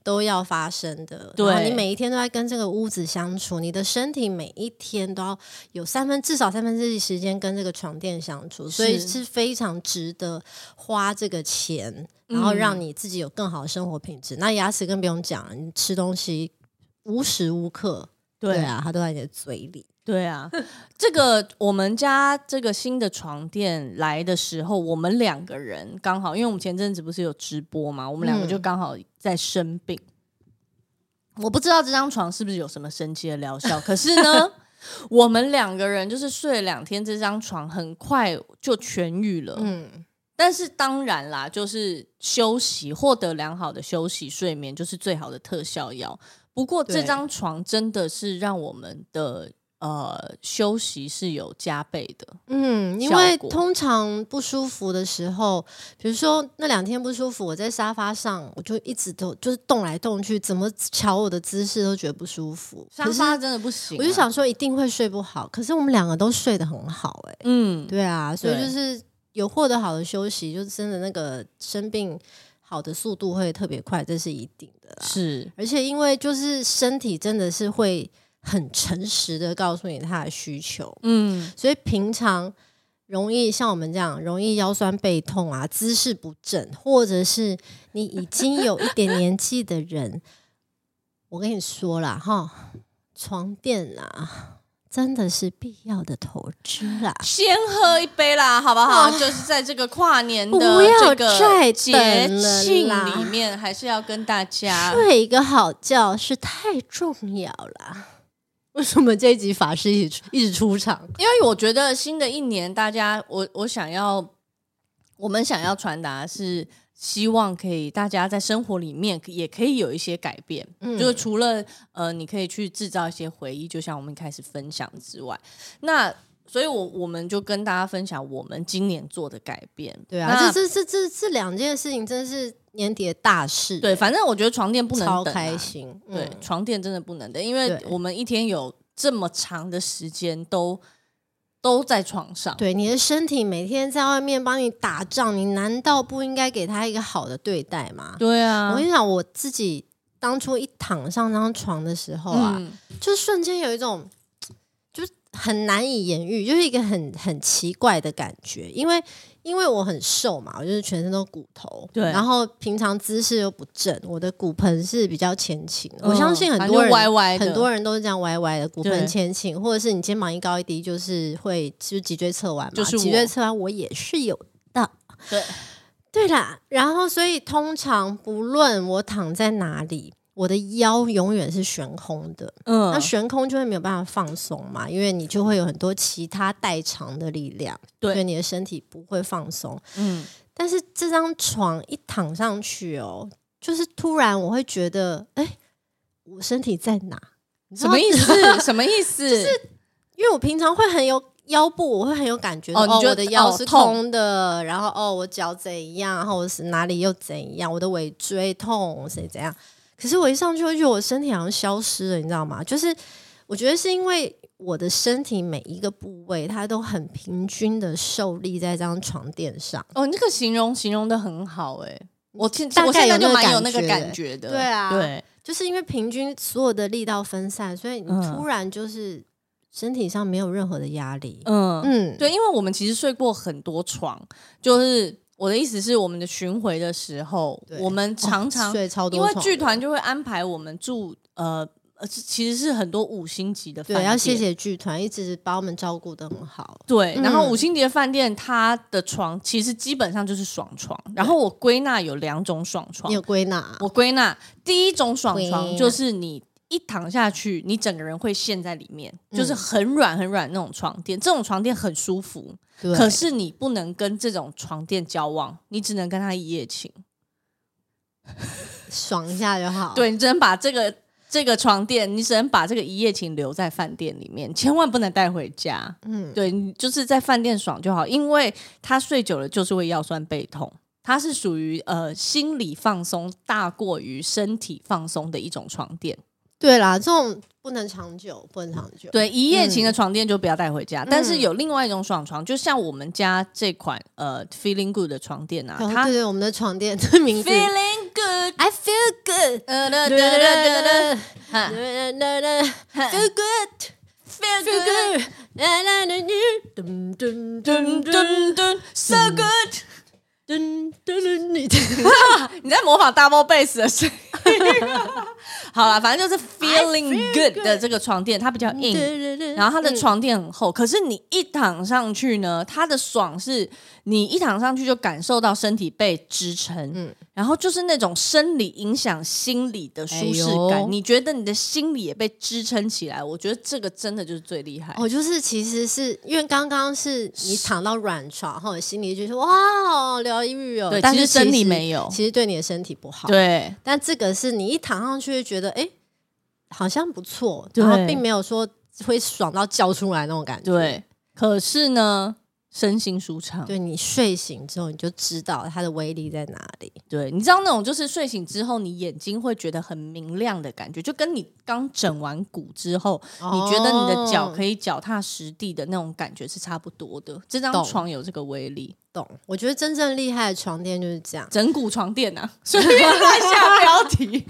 都要发生的，对然后你每一天都在跟这个屋子相处，你的身体每一天都要有三分至少三分之一时间跟这个床垫相处，所以是是非常值得花这个钱，然后嗯让你自己有更好的生活品质。那牙齿更不用讲了，你吃东西无时无刻，对啊，它都在你的嘴里。对啊，这个我们家这个新的床垫来的时候，我们两个人刚好，因为我们前阵子不是有直播嘛，我们两个嗯就刚好在生病。我不知道这张床是不是有什么神奇的疗效，可是呢， *laughs* 我们两个人就是睡了两天，这张床很快就痊愈了。嗯，但是当然啦，就是休息，获得良好的休息睡眠，就是最好的特效药。不过对这张床真的是让我们的呃休息是有加倍的，嗯，因效为果通常不舒服的时候，比如说那两天不舒服，我在沙发上，我就一直都就是动来动去，怎么瞧我的姿势都觉得不舒服。沙可是发真的不行、我就，想说一定会睡不好，可是我们两个都睡得很好、欸，哎，嗯，对啊，所以对就是有获得好的休息，就真的那个生病好的速度会特别快，这是一定的啦。是，而且因为就是身体真的是会很诚实的告诉你他的需求，嗯，所以平常容易像我们这样容易腰酸背痛啊，姿势不正，或者是你已经有一点年纪的人，我跟你说啦，哈，床垫啊，真的是必要的投资啦。 *laughs* 先喝一杯啦，好不好？啊就是在这个跨年的不要这个再节等了庆啦里面， *laughs* 还是要跟大家睡一个好觉是太重要了，为什么这一集法师一直出一直出场？因为我觉得新的一年，大家我我想要，我们想要传达是希望可以大家在生活里面也可以有一些改变，嗯就是除了呃你可以去制造一些回忆，就像我们一开始分享之外，那所以我我们就跟大家分享我们今年做的改变。对那啊，这这这这这两件事情真是年底的大事、对，反正我觉得床垫不能超等啊开心。对，嗯床垫真的不能的，因为对我们一天有这么长的时间都都在床上。对，啊你的身体每天在外面帮你打仗，你难道不应该给他一个好的对待吗？对啊我跟你讲，我自己当初一躺上那张床的时候啊，嗯就瞬间有一种，就是很难以言喻，就是一个很很奇怪的感觉，因为因为我很瘦嘛，我就是全身都骨头，对然后平常姿势又不正，我的骨盆是比较前倾的，嗯我相信很反多正人歪歪的很多人都是这样歪歪的，骨对盆前倾，或者是你肩膀一高一低，就是会就是脊椎侧弯嘛，就是我脊椎侧弯我也是有的。对对啦，然后所以通常不论我躺在哪里，我的腰永远是悬空的，嗯那悬空就会没有办法放松嘛，因为你就会有很多其他代偿的力量，对所以你的身体不会放松。嗯，但是这张床一躺上去哦，就是突然我会觉得，哎、我身体在哪？你知什道么意？思？什么意 *laughs* 思？因为我平常会很有腰部，我会很有感觉，哦你觉得我的腰哦是痛空的，然后哦我脚怎样，然后我是哪里又怎样，我的尾椎痛谁怎样。可是我一上去，我就觉得我身体好像消失了，你知道吗？就是我觉得是因为我的身体每一个部位它都很平均的受力在这张床垫上。哦，你这个形容形容的很好哎、我现大概我现在有那就个蛮有感那个觉感觉的，对啊对，就是因为平均所有的力道分散，所以你嗯突然就是身体上没有任何的压力。嗯嗯，对，因为我们其实睡过很多床，就是我的意思是，我们的巡回的时候，对我们常常、哦睡超多因床为的，剧团就会安排我们住呃。呃，是其实是很多五星级的饭对，店，要谢谢剧团一直把我们照顾的很好。对，然后嗯五星级的饭店，它的床其实基本上就是爽床。然后我归纳有两种爽床你，有归纳，我归纳第一种爽归床纳就是你一躺下去，你整个人会陷在里面，嗯就是很软很软那种床垫。这种床垫很舒服，对可是你不能跟这种床垫交往，你只能跟他一夜情。爽一下就好。，对你只能把这个这个床垫，你只能把这个一夜情留在饭店里面，千万不能带回家。嗯，对你就是在饭店爽就好，因为他睡久了就是会腰酸背痛，它是属于呃心理放松大过于身体放松的一种床垫。对啦，这种不能长久，不能长久。对，一夜情的床垫就不要带回家，但是有另外一种爽床，就像我们家这款呃 Feeling Good 的床垫啊，然后，它哦对对，我们的床垫的名字 Feeling Good， *laughs* ，I feel good，呃哒哒哒哒哒哒哒哒哒哒哒哒哒，feel good，feel ，Feel Good。 good，啦啦啦啦，噔噔噔噔噔噔噔，so good！噔噔噔，你你在模仿 double bass 的声音。 *laughs* 好啦，反正就是 feeling good 的这个床垫，它比较硬，然后它嗯的床垫很厚，可是你一躺上去呢，它的爽是你一躺上去就感受到身体被支撑，嗯然后就是那种生理影响心理的舒适哎感，呦你觉得你的心理也被支撑起来，我觉得这个真的就是最厉害。我哦就是其实是因为刚刚是你躺到软床，然后你心里就说哇，好疗愈哦对，但其是实生理其实没有其实对你的身体不好。，对，但这个是你一躺上去就觉得哎、诶好像不错，对然后并没有说会爽到叫出来那种感觉。，对，可是呢，身心舒畅。对你睡醒之后你就知道它的威力在哪里。对，你知道那种就是睡醒之后，你眼睛会觉得很明亮的感觉，就跟你刚整完骨之后，你觉得你的脚可以以脚踏实地的那种感觉是差不多的。这张懂床有这个威力，哦懂？我觉得真正厉害的床垫就是这样。整骨床垫 *laughs* 啊，随便乱下标题，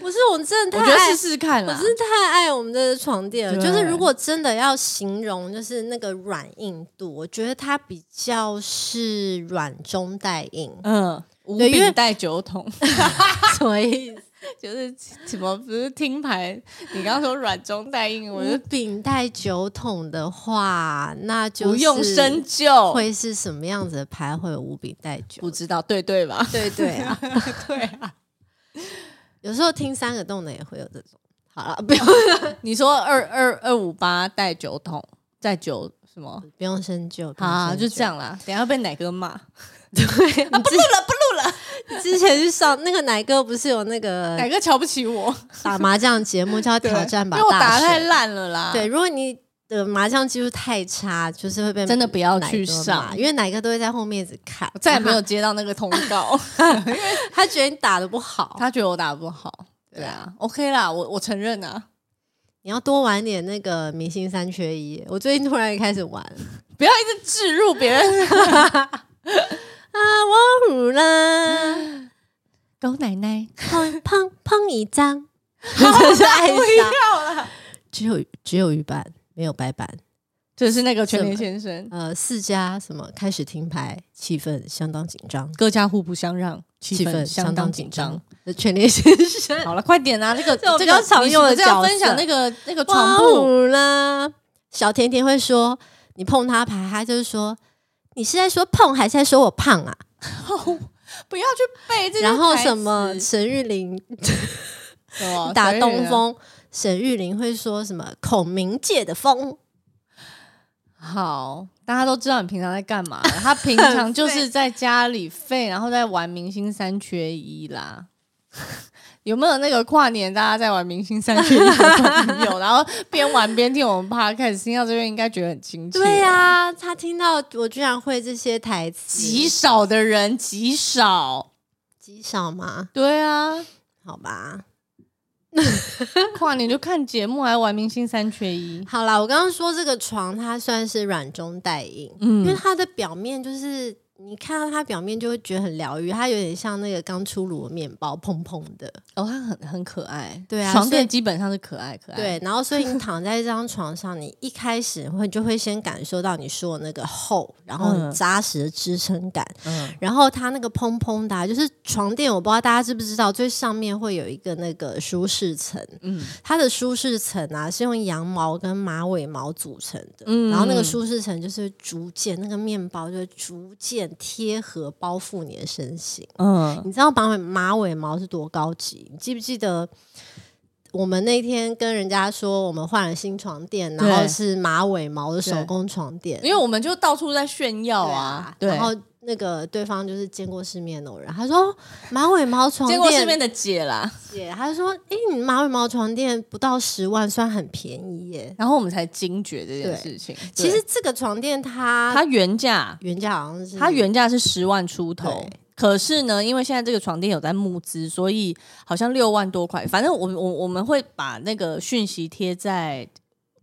不是， *laughs* 我真的哎我太觉得试试看我啦真。的太爱我们的床垫了。对，就是如果真的要形容，就是那个软硬度，我觉得它比较是软中带硬 *laughs* 嗯，五对因为饼带酒 *laughs* 桶，什么意思？就是什么不是听牌？你刚刚说软中带硬，我无就饼带酒桶的话，那就是不用深究，会是什么样子的牌会有无饼带酒不？知道对对吧？ *laughs* 对对啊，对啊。有时候听三个洞的也会有这种。好了， *laughs* 不用你说二二二五八带酒桶，带酒什么？不用深究，好、啊，就这。样啦。等一下被奶哥骂。对，你之不录了，之前去上那个奶哥不是有那个奶哥瞧不起我，打麻将节目叫对呃挑战吧因为我打大得太神？烂了啦。对，，如果你的麻将技术太差，就是会被真的不要奶去哥上骂因为奶哥都会在后面一直看我，再也没有接到那个通告， *laughs* 他觉得你打的不 *laughs* 好，他觉得我打得不好。对啊，OK 啦，我我承认啊，你要多玩点那个明星三缺一。我最近突然也开始 *laughs* 玩啊，不要一直置入别 *laughs* 人。我虎啦，狗奶奶，砰砰砰一 *laughs* 张，真是爱上。 *laughs* 只有只有鱼板，没有白板。就是那个全联先生，呃，四家什么开始停牌，气氛相当紧张，各家互不相让，气气氛氛相相当当紧紧张张。。呃全联先生，好了，快点 *laughs* 啊！这个这种这比个较常用的你是不是要角色分享那个那个床哇铺，哦啦！小甜甜会说，你碰他牌，他就是说，你是在说碰还是在说我胖啊？不要去背这些然后台词什么沈玉玲什么打谁东啊风，沈玉玲会说什么孔明借的风，好，大家都知道你平常在干嘛。他平常就是在家里废，然后在玩明星三缺一啦。 *laughs* 有没有那个跨年大家在玩明星三缺一的朋友，然后边玩边听我们 podcast，听到这边应该觉得很亲切。对、啊呀、他听到我居然会这些台词，啊极少的人，极少。极少吗？对啊，好吧，跨年就看节目，还玩明星三缺一。好啦，我刚刚说这个床它算是软中带硬，因为嗯，它的表面就是你看到它表面就会觉得很疗愈，它有点像那个刚出炉的面包，蓬蓬的。哦，他很很可爱，对啊床所以垫基本上是可爱可爱。对，然后所以你躺在这张床上，你一开始会就会先感受到你说的那个厚，然后嗯很扎实的支撑感，嗯，然后它那个蓬蓬的啊、就是床垫，我不知道大家知不知道，最上面会有一个那个舒适层，嗯它的舒适层啊是用羊毛跟马尾毛组成的，嗯然后那个舒适层就是逐渐那个面包就会逐渐贴合包覆你的身形。嗯，你知道马尾马尾毛是多高级？你记不记得我们那天跟人家说我们换了新床垫，对然后是马尾毛的手工床垫，因为我们就到处在炫耀对啊，对。然后那个对方就是见过世面的人，他说马尾毛床见过世面垫，的姐啦，姐，他说哎、你马尾毛床垫不到十万，算很便宜耶。然后我们才惊觉这件对事情。其对实这个床垫它它原价，原价好像是它原价是十万出头对。可是呢，因为现在这个床垫有在募资，所以好像六万多块。反正我们我我们会把那个讯息贴在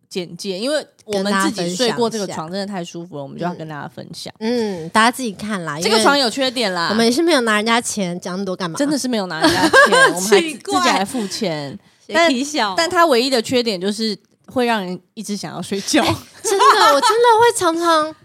简介，因为我们跟大家自己分睡享过这个一下床，真的太舒服了，我们就要嗯跟大家分享。嗯，大家自己看啦。这个因为床有缺点啦，我们也是没有拿人家钱，讲那么多干嘛？真的是没有拿人家 *laughs* 钱，我们还自奇自怪己还付钱。但但小但它唯一的缺点就是会让人一直想要睡 *laughs* 觉，真的，我真的会常常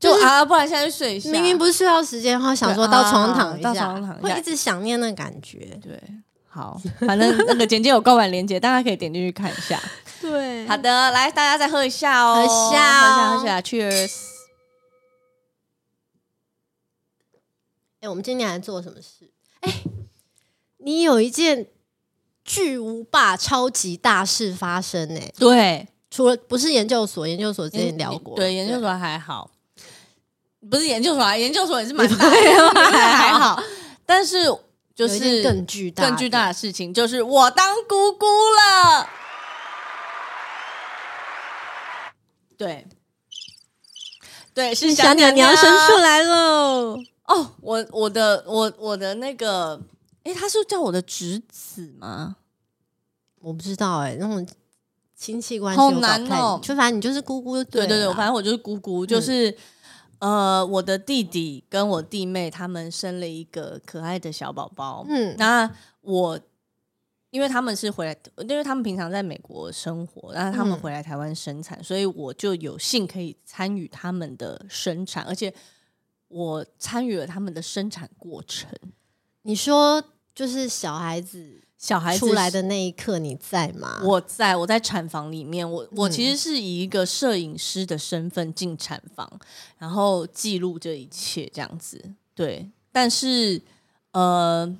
就就是啊，不然现在就睡一下。明明不是睡觉时间，然后想说对到床上躺一啊下，到床上躺一会下一直想念那感觉。对，好，反正那个简介有购买链接，大家可以点进去看一下。对 *laughs* 好的，来大家再喝一下哦，喝一下哦喝一下，喝一下，Cheers！哎、我们今年还做了什么事？哎、你有一件巨无霸超级大事发生哎、对，除了不是研究所，研究所之前聊过，嗯对，研究所还好，不是研究所啊，研究所也是蛮对大的，还还 *laughs* 好好，但是就有一是件更巨大更巨大的事情，就是我当姑姑了。对，对，是小鸟鸟鸟生出出来喽！哦，我我的我我的那个，诶，他是叫我的侄子吗？我不知道哎、那种亲戚关系好我搞不难太哦就反正你就是姑姑就对对对对，了反正我就是姑姑，就是、呃，我的弟弟跟我弟妹他们生了一个可爱的小宝宝。嗯那我因为他们是回来，因为他们平常在美国生活，然后他们嗯回来台湾生产，所以我就有幸可以参与他们的生产，而且我参与了他们的生产过程。你说就是小孩子小孩子出来的那一刻你在吗？我在我在产房里面，我我啊嗯其实是以一个摄影师的身份进产房，然后记录这一切这样子。对，但是呃，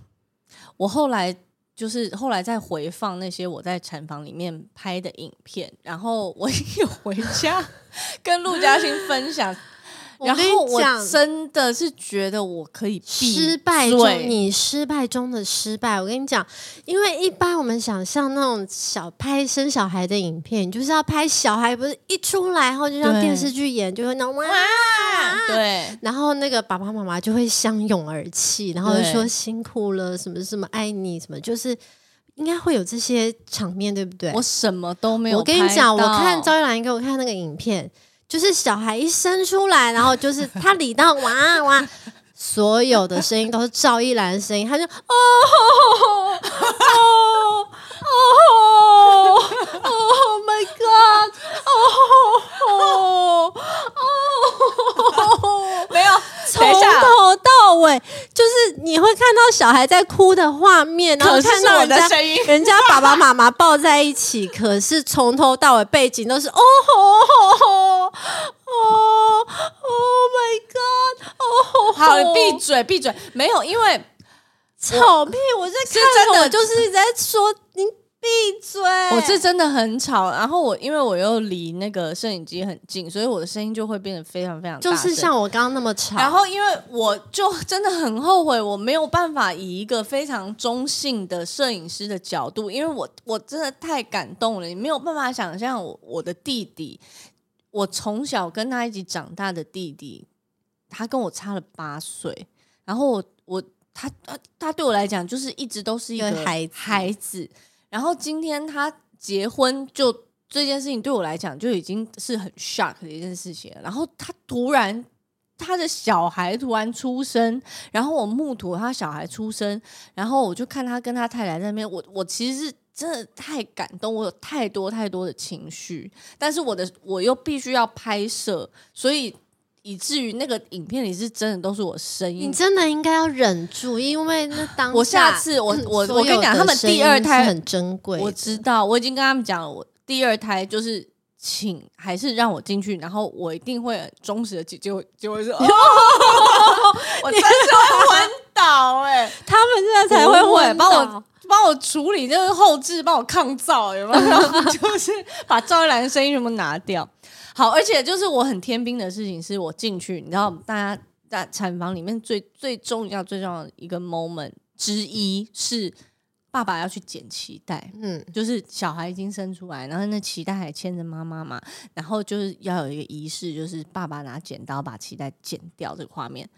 我后来就是后来再回放那些我在产房里面拍的影片，然后我 *laughs* 有回家跟陆嘉欣分享，我然跟你后我讲真的是觉得我可以闭失败中嘴，你失败中的失败，我跟你讲，因为一般我们想象那种小拍生小孩的影片，你就是要拍小孩，不是一出来然后就像对电视剧演，就会那种哇，对然后那个爸爸妈妈就会相拥而泣，然后就对说辛苦了，什么什么爱你，什么就是应该会有这些场面，对不对？我什么都没有。我跟你讲，我看赵。一兰给我看那个影片，就是小孩一生出来，然后就是他理到哇哇，所有的声音都是赵一兰的声音，他就哦哦哦哦，Oh my *laughs* God，哦哦哦， *laughs* 没有，从等一下，头到尾就是你会看到小孩在哭的画面，然后可是看是到我人的家声音，人家爸爸妈妈抱在一起，可是从头到尾背景都 *laughs* 是哦吼吼吼哦，Oh my God，哦吼吼，好，你闭嘴，闭嘴，没有，因为草屁！我在是真看的我就是 *laughs* 一直在说你闭嘴，我是真的很吵，然后我因为我又离那个摄影机很近，所以我的声音就会变得非常非常大就声是像我刚刚那么吵，然后，因为我就真的很后悔，我没有办法以一个非常中性的摄影师的角度，因为我我真的太感动了，你没有办法想象我我的弟弟，我从小跟他一起长大的弟弟，他跟我差了八岁，然后我我他他他对我来讲就是一直都是一一个个孩子孩子，然后今天他结婚就。这件事情对我来讲就已经是很 shock 的一件事情了，然后他突然他的小孩突然出生，然后我目睹他小孩出生，然后我就看他跟他太太在那边，我我其实是真的太感动，我有太多太多的情绪，但是我的我又必须要拍摄，所以以至于那个影片里是真的都是我声音你。真的应该要忍住，因为那当嗯我下次我我所我跟有你讲，的他们声第二音是胎很珍贵的，我知道，我已经跟他们讲了，我第二胎就是请还是让我进去，然后我一定会很忠实的结结果结果是，哦、我真是会昏倒哎、他们现在才会会帮我我帮我处理这个后置，帮我抗噪，有没 *laughs* 有？然后就是把赵一兰的声音全部拿掉。好，而且就是我很天兵的事情，是我进去，你知道，大家在产房里面最最重要、最重要的一个 moment 之一是爸爸要去剪脐带。嗯，就是小孩已经生出来，然后那脐带还牵着妈妈嘛，然后就是要有一个仪式，就是爸爸拿剪刀把脐带剪掉这个画面。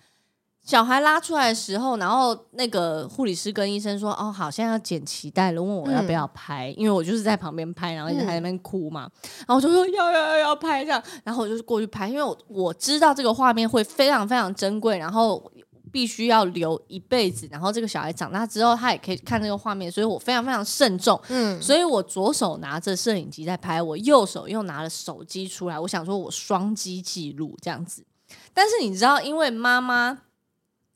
小孩拉出来的时候，然后那个护理师跟医生说：“哦，好，现在要剪脐带了，问我要不要拍，因为我就是在旁边拍，然后一直还在那边哭嘛。然后我就说：“要要要要拍这样。”然后我就过去拍，因为我我知道这个画面会非常非常珍贵，然后必须要留一辈子。然后这个小孩长大之后，他也可以看这个画面，所以我非常非常慎重。嗯所以我左手拿着摄影机在拍，我右手又拿了手机出来，我想说我双击记录这样子。但是你知道，因为妈妈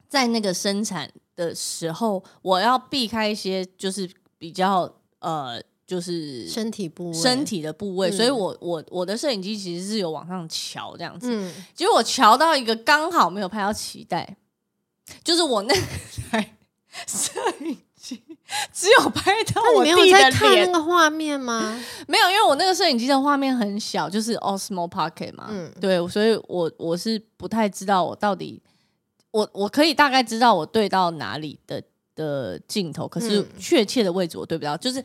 在那个生产的时候，我要避开一些就是比较呃，就是身体部位身，体的部位，嗯所以我我我的摄影机其实是有往上翘这样子。嗯，结果我瞧到一个刚好没有拍到脐带，就是我那 *laughs* 台摄影机只有拍到那你我没弟的有在脸，看那个画面吗？没有，因为我那个摄影机的画面很小，就是 Osmo Pocket 嘛，嗯对，所以我我是不太知道我到底，我我可以大概知道我对到哪里的的镜头，可是嗯确切的位置我对不到，就是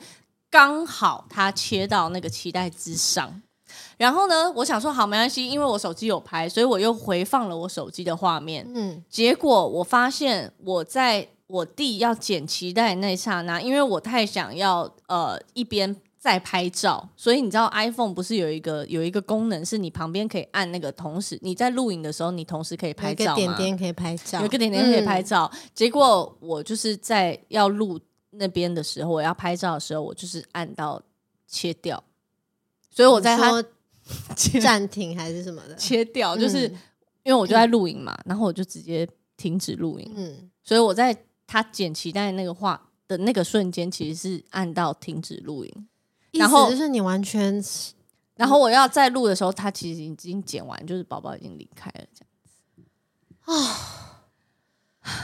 刚好它切到那个脐带之上。然后呢，我想说好没关系，因为我手机有拍，所以我又回放了我手机的画面。 *laughs* 嗯，结果我发现我在我弟要剪脐带的那一刹那，因为我太想要呃一边在拍照，所以你知道 iPhone 不是有一个有一个功能是你旁边可以按那个，同时你在录影的时候，你同时可以有拍一个照点嘛点可以拍照，嗯有一个点点可以拍照。结果我就是在要录那边的时候，我要拍照的时候，我就是按到切掉，所以嗯。我在他你说切暂停还是什么 *laughs* 的，切掉，就是、嗯因为我就在录影嘛，然后我就直接停止录影。嗯，所以我在他剪脐带那个话的那个瞬间，其实是按到停止录音，然然后后就是你完全然后我要再录的时候，他其实已经剪完，就是宝宝已经离开了，这样。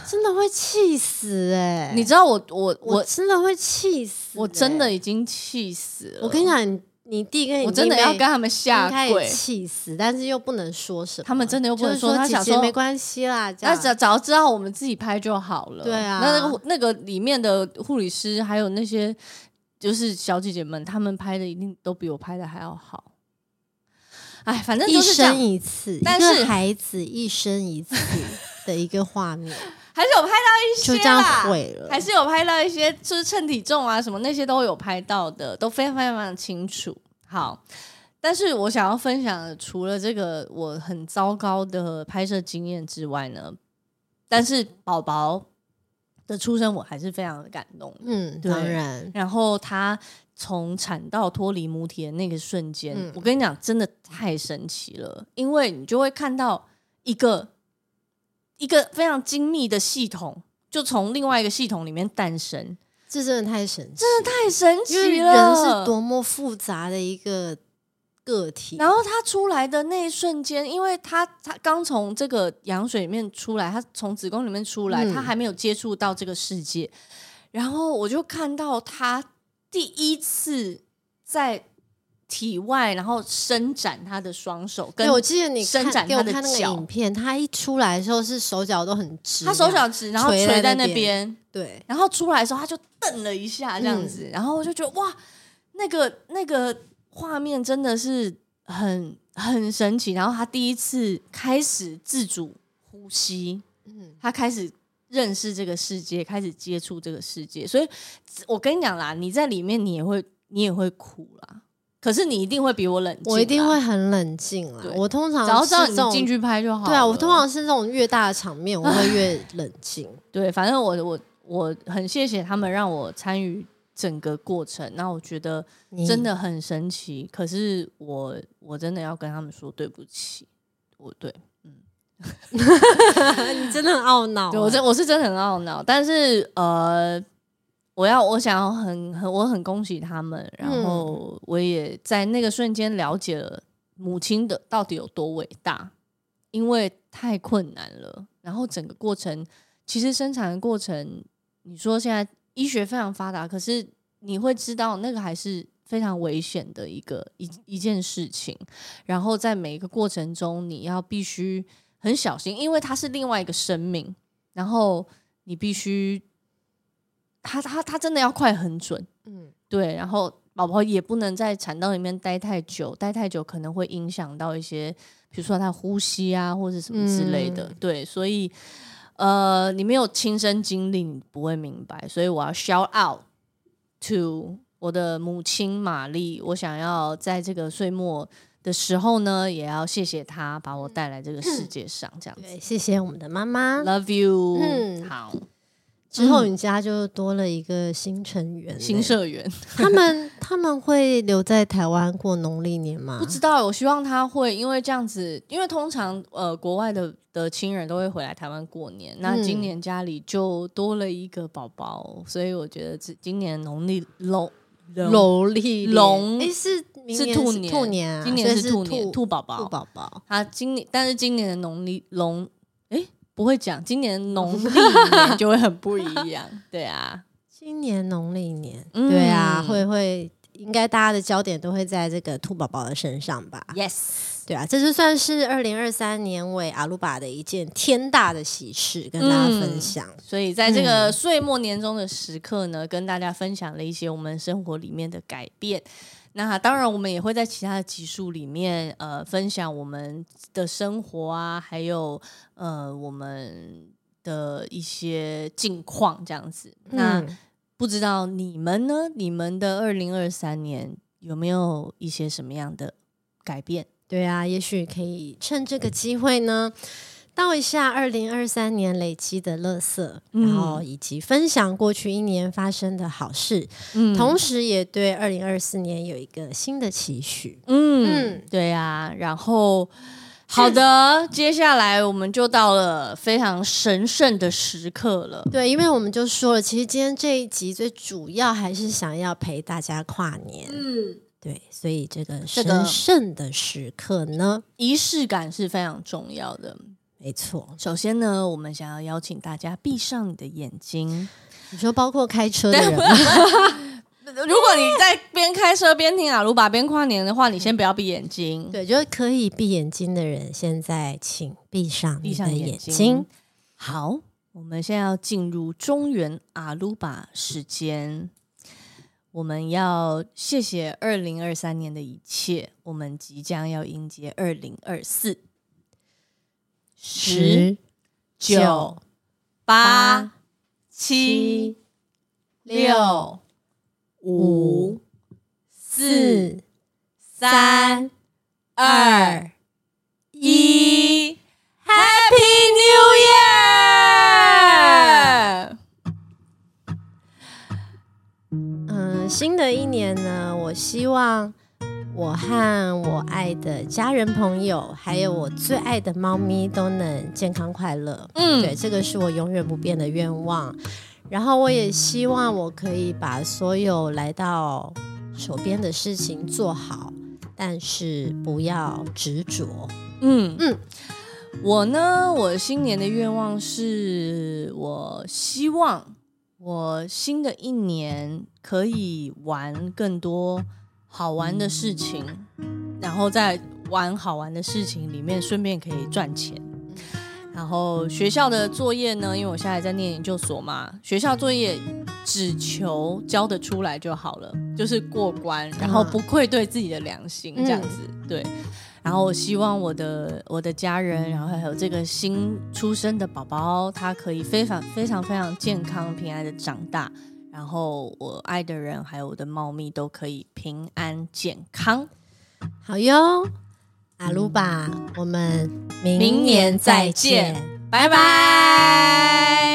真的会气死哎、你知道我我我我真的会气死、欸我真，的已经气死了，我跟你讲，你你弟跟你我真的弟妹要跟他们应下该跪也。气死，但是又不能说什么。他们真的又不能就是说他姐想姐说没关系啦，这那样早早知道我们自己拍就好了。对啊那那个那个里面的护理师还有那些就是小姐姐们，她们拍的一定都比我拍的还要好。哎，反正一就是这生样，一次，但一是个孩子一生一次的一个画 *laughs* 面，还是有拍到一些就啦这样毁了。还是有拍到一些，就是称体重啊什么那些都有拍到的，都非常非常清楚。好，但是我想要分享的，除了这个我很糟糕的拍摄经验之外呢，但是宝宝的出生我还是非常的感动的。嗯，对当然，然后他从产道脱离母体的那个瞬间，嗯我跟你讲，真的太神奇了，因为你就会看到一个一个非常精密的系统，就从另外一个系统里面诞生，这真的太神奇，太神因为奇了。人是多么复杂的一个个体。然后他出来的那一瞬间，因为他他刚从这个羊水里面出来，他从子宫里面出来，嗯他还没有接触到这个世界。然后我就看到他第一次在体外，然后伸展他的双手，跟对，我记得你伸看展给我他的看那个脚影片，他一出来的时候是手脚都很直，他手脚指，然后垂垂在在那那边边，对，然后出来的时候他就瞪了一下这样嗯子，然后我就觉得哇，那个那个画面真的是很很神奇。然后他第一次开始自主呼吸，嗯，他开始认识这个世界，开始接触这个世界。所以我跟你讲啦，你在里面你也会你也会哭啦，可是你一定会比我冷静啦，我一定会很冷静啦对。我通常只要知道是这你种进去拍就好了。对啊，我通常是这种越大的场面，我会 *laughs* 越冷静。对，反正我我我很谢谢他们让我参与整个过程。那我觉得。你真的很神奇。可是我我真的要跟他们说对不起，我对你真的很懊恼啊、对我真我是真的很懊恼，但是呃，我要我想要很很我很恭喜他们，然嗯后我也在那个瞬间了解了母亲的到底有多伟大，因为太困难了。然后整个过程，其实生产的过程，你说现在医学非常发达，可是你会知道那个还是非常危险的一个一一件事情。然后在每一个过程中，你要必须很小心，因为它是另外一个生命，然后你必须，他他他真的要快很准，嗯对，然后宝宝也不能在产道里面待太久，待太久可能会影响到一些，比如说他呼吸啊，或者什么之类的。嗯对，所以呃，你没有亲身经历，你不会明白。所以我要 shout out to 我的母亲玛丽，我想要在这个岁末的时候呢，也要谢谢她把我带来这个世界上，这样子。嗯对，谢谢我们的妈妈。 Love you，、嗯好，之后你家就多了一个新成员、嗯新，社员。他们他们会留在台湾过农历年吗？不知道，我希望他会，因为这样子，因为通常呃国外的的亲人都会回来台湾过年，那嗯今年家里就多了一个宝宝，所以我觉得这今年农历龙农历年龙诶是明是年兔年年，兔年啊，今所年是以是兔年，兔宝宝，兔宝宝他今年但是今年的农历龙，诶，不会讲，今年农历年就会很不一样，对啊，今年农历年，嗯对啊，会会。应该大家的焦点都会在这个兔宝宝的身上吧？ ，yes，对啊，这就算是二零二三年为阿鲁巴的一件天大的喜事，跟大家分享。所以在这个嗯岁末年终的时刻呢，跟大家分享了一些我们生活里面的改变。那当然，我们也会在其他的集数里面，呃，分享我们的生活啊，还有呃我们的一些近况这样子。那嗯不知道你们呢？你们的二零二三年有没有一些什么样的改变？对啊，也许可以趁这个机会呢，到一下二零二三年累积的乐色，嗯然后以及分享过去一年发生的好事，嗯同时也对二零二四年有一个新的期许。嗯，嗯对呀、然后。好的，接下来我们就到了非常神圣的时刻了。对，因为我们就说了，其实今天这一集最主要还是想要陪大家跨年，嗯，对，所以这个这个神圣的时刻呢，仪式感是非常重要的。没错。首先呢，我们想要邀请大家闭上你的眼睛。你说包括开车的人吗， *laughs* 如果你在边开车边听阿鲁巴边跨年的话，你先不要闭眼睛， *laughs* 对，就是可以闭眼睛的人，现在请闭上闭你上的眼眼睛。睛。好，我们现在要进入中原阿鲁巴时间。我们要谢谢二零二三年的一切，我们即将要迎接二零二四。十、九、八、七、七、六、五、四、三、二、一。一，Happy New Year！嗯，新的一年呢，我希望我和我爱的家人、朋友，还有我最爱的猫咪都能健康快乐。嗯对，这个是我永远不变的愿望。然后我也希望我可以把所有来到手边的事情做好，但是不要执着。嗯嗯嗯，我呢，我新年的愿望是我希望我新的一年可以玩更多好玩的事情，然后在玩好玩的事情里面，顺便可以赚钱。然后学校的作业呢，因为我现在在念研究所嘛，学校作业只求交得出来就好了，就是过关，然后不愧对自己的良心这样子。对，然后我希望我的我的家人，然后还有这个新出生的宝宝，他可以非常非常非常健康平安的长大。然后我爱的人，还有我的猫咪都可以平安健康。好哟，阿鲁巴，我们明明年年再再见见拜拜。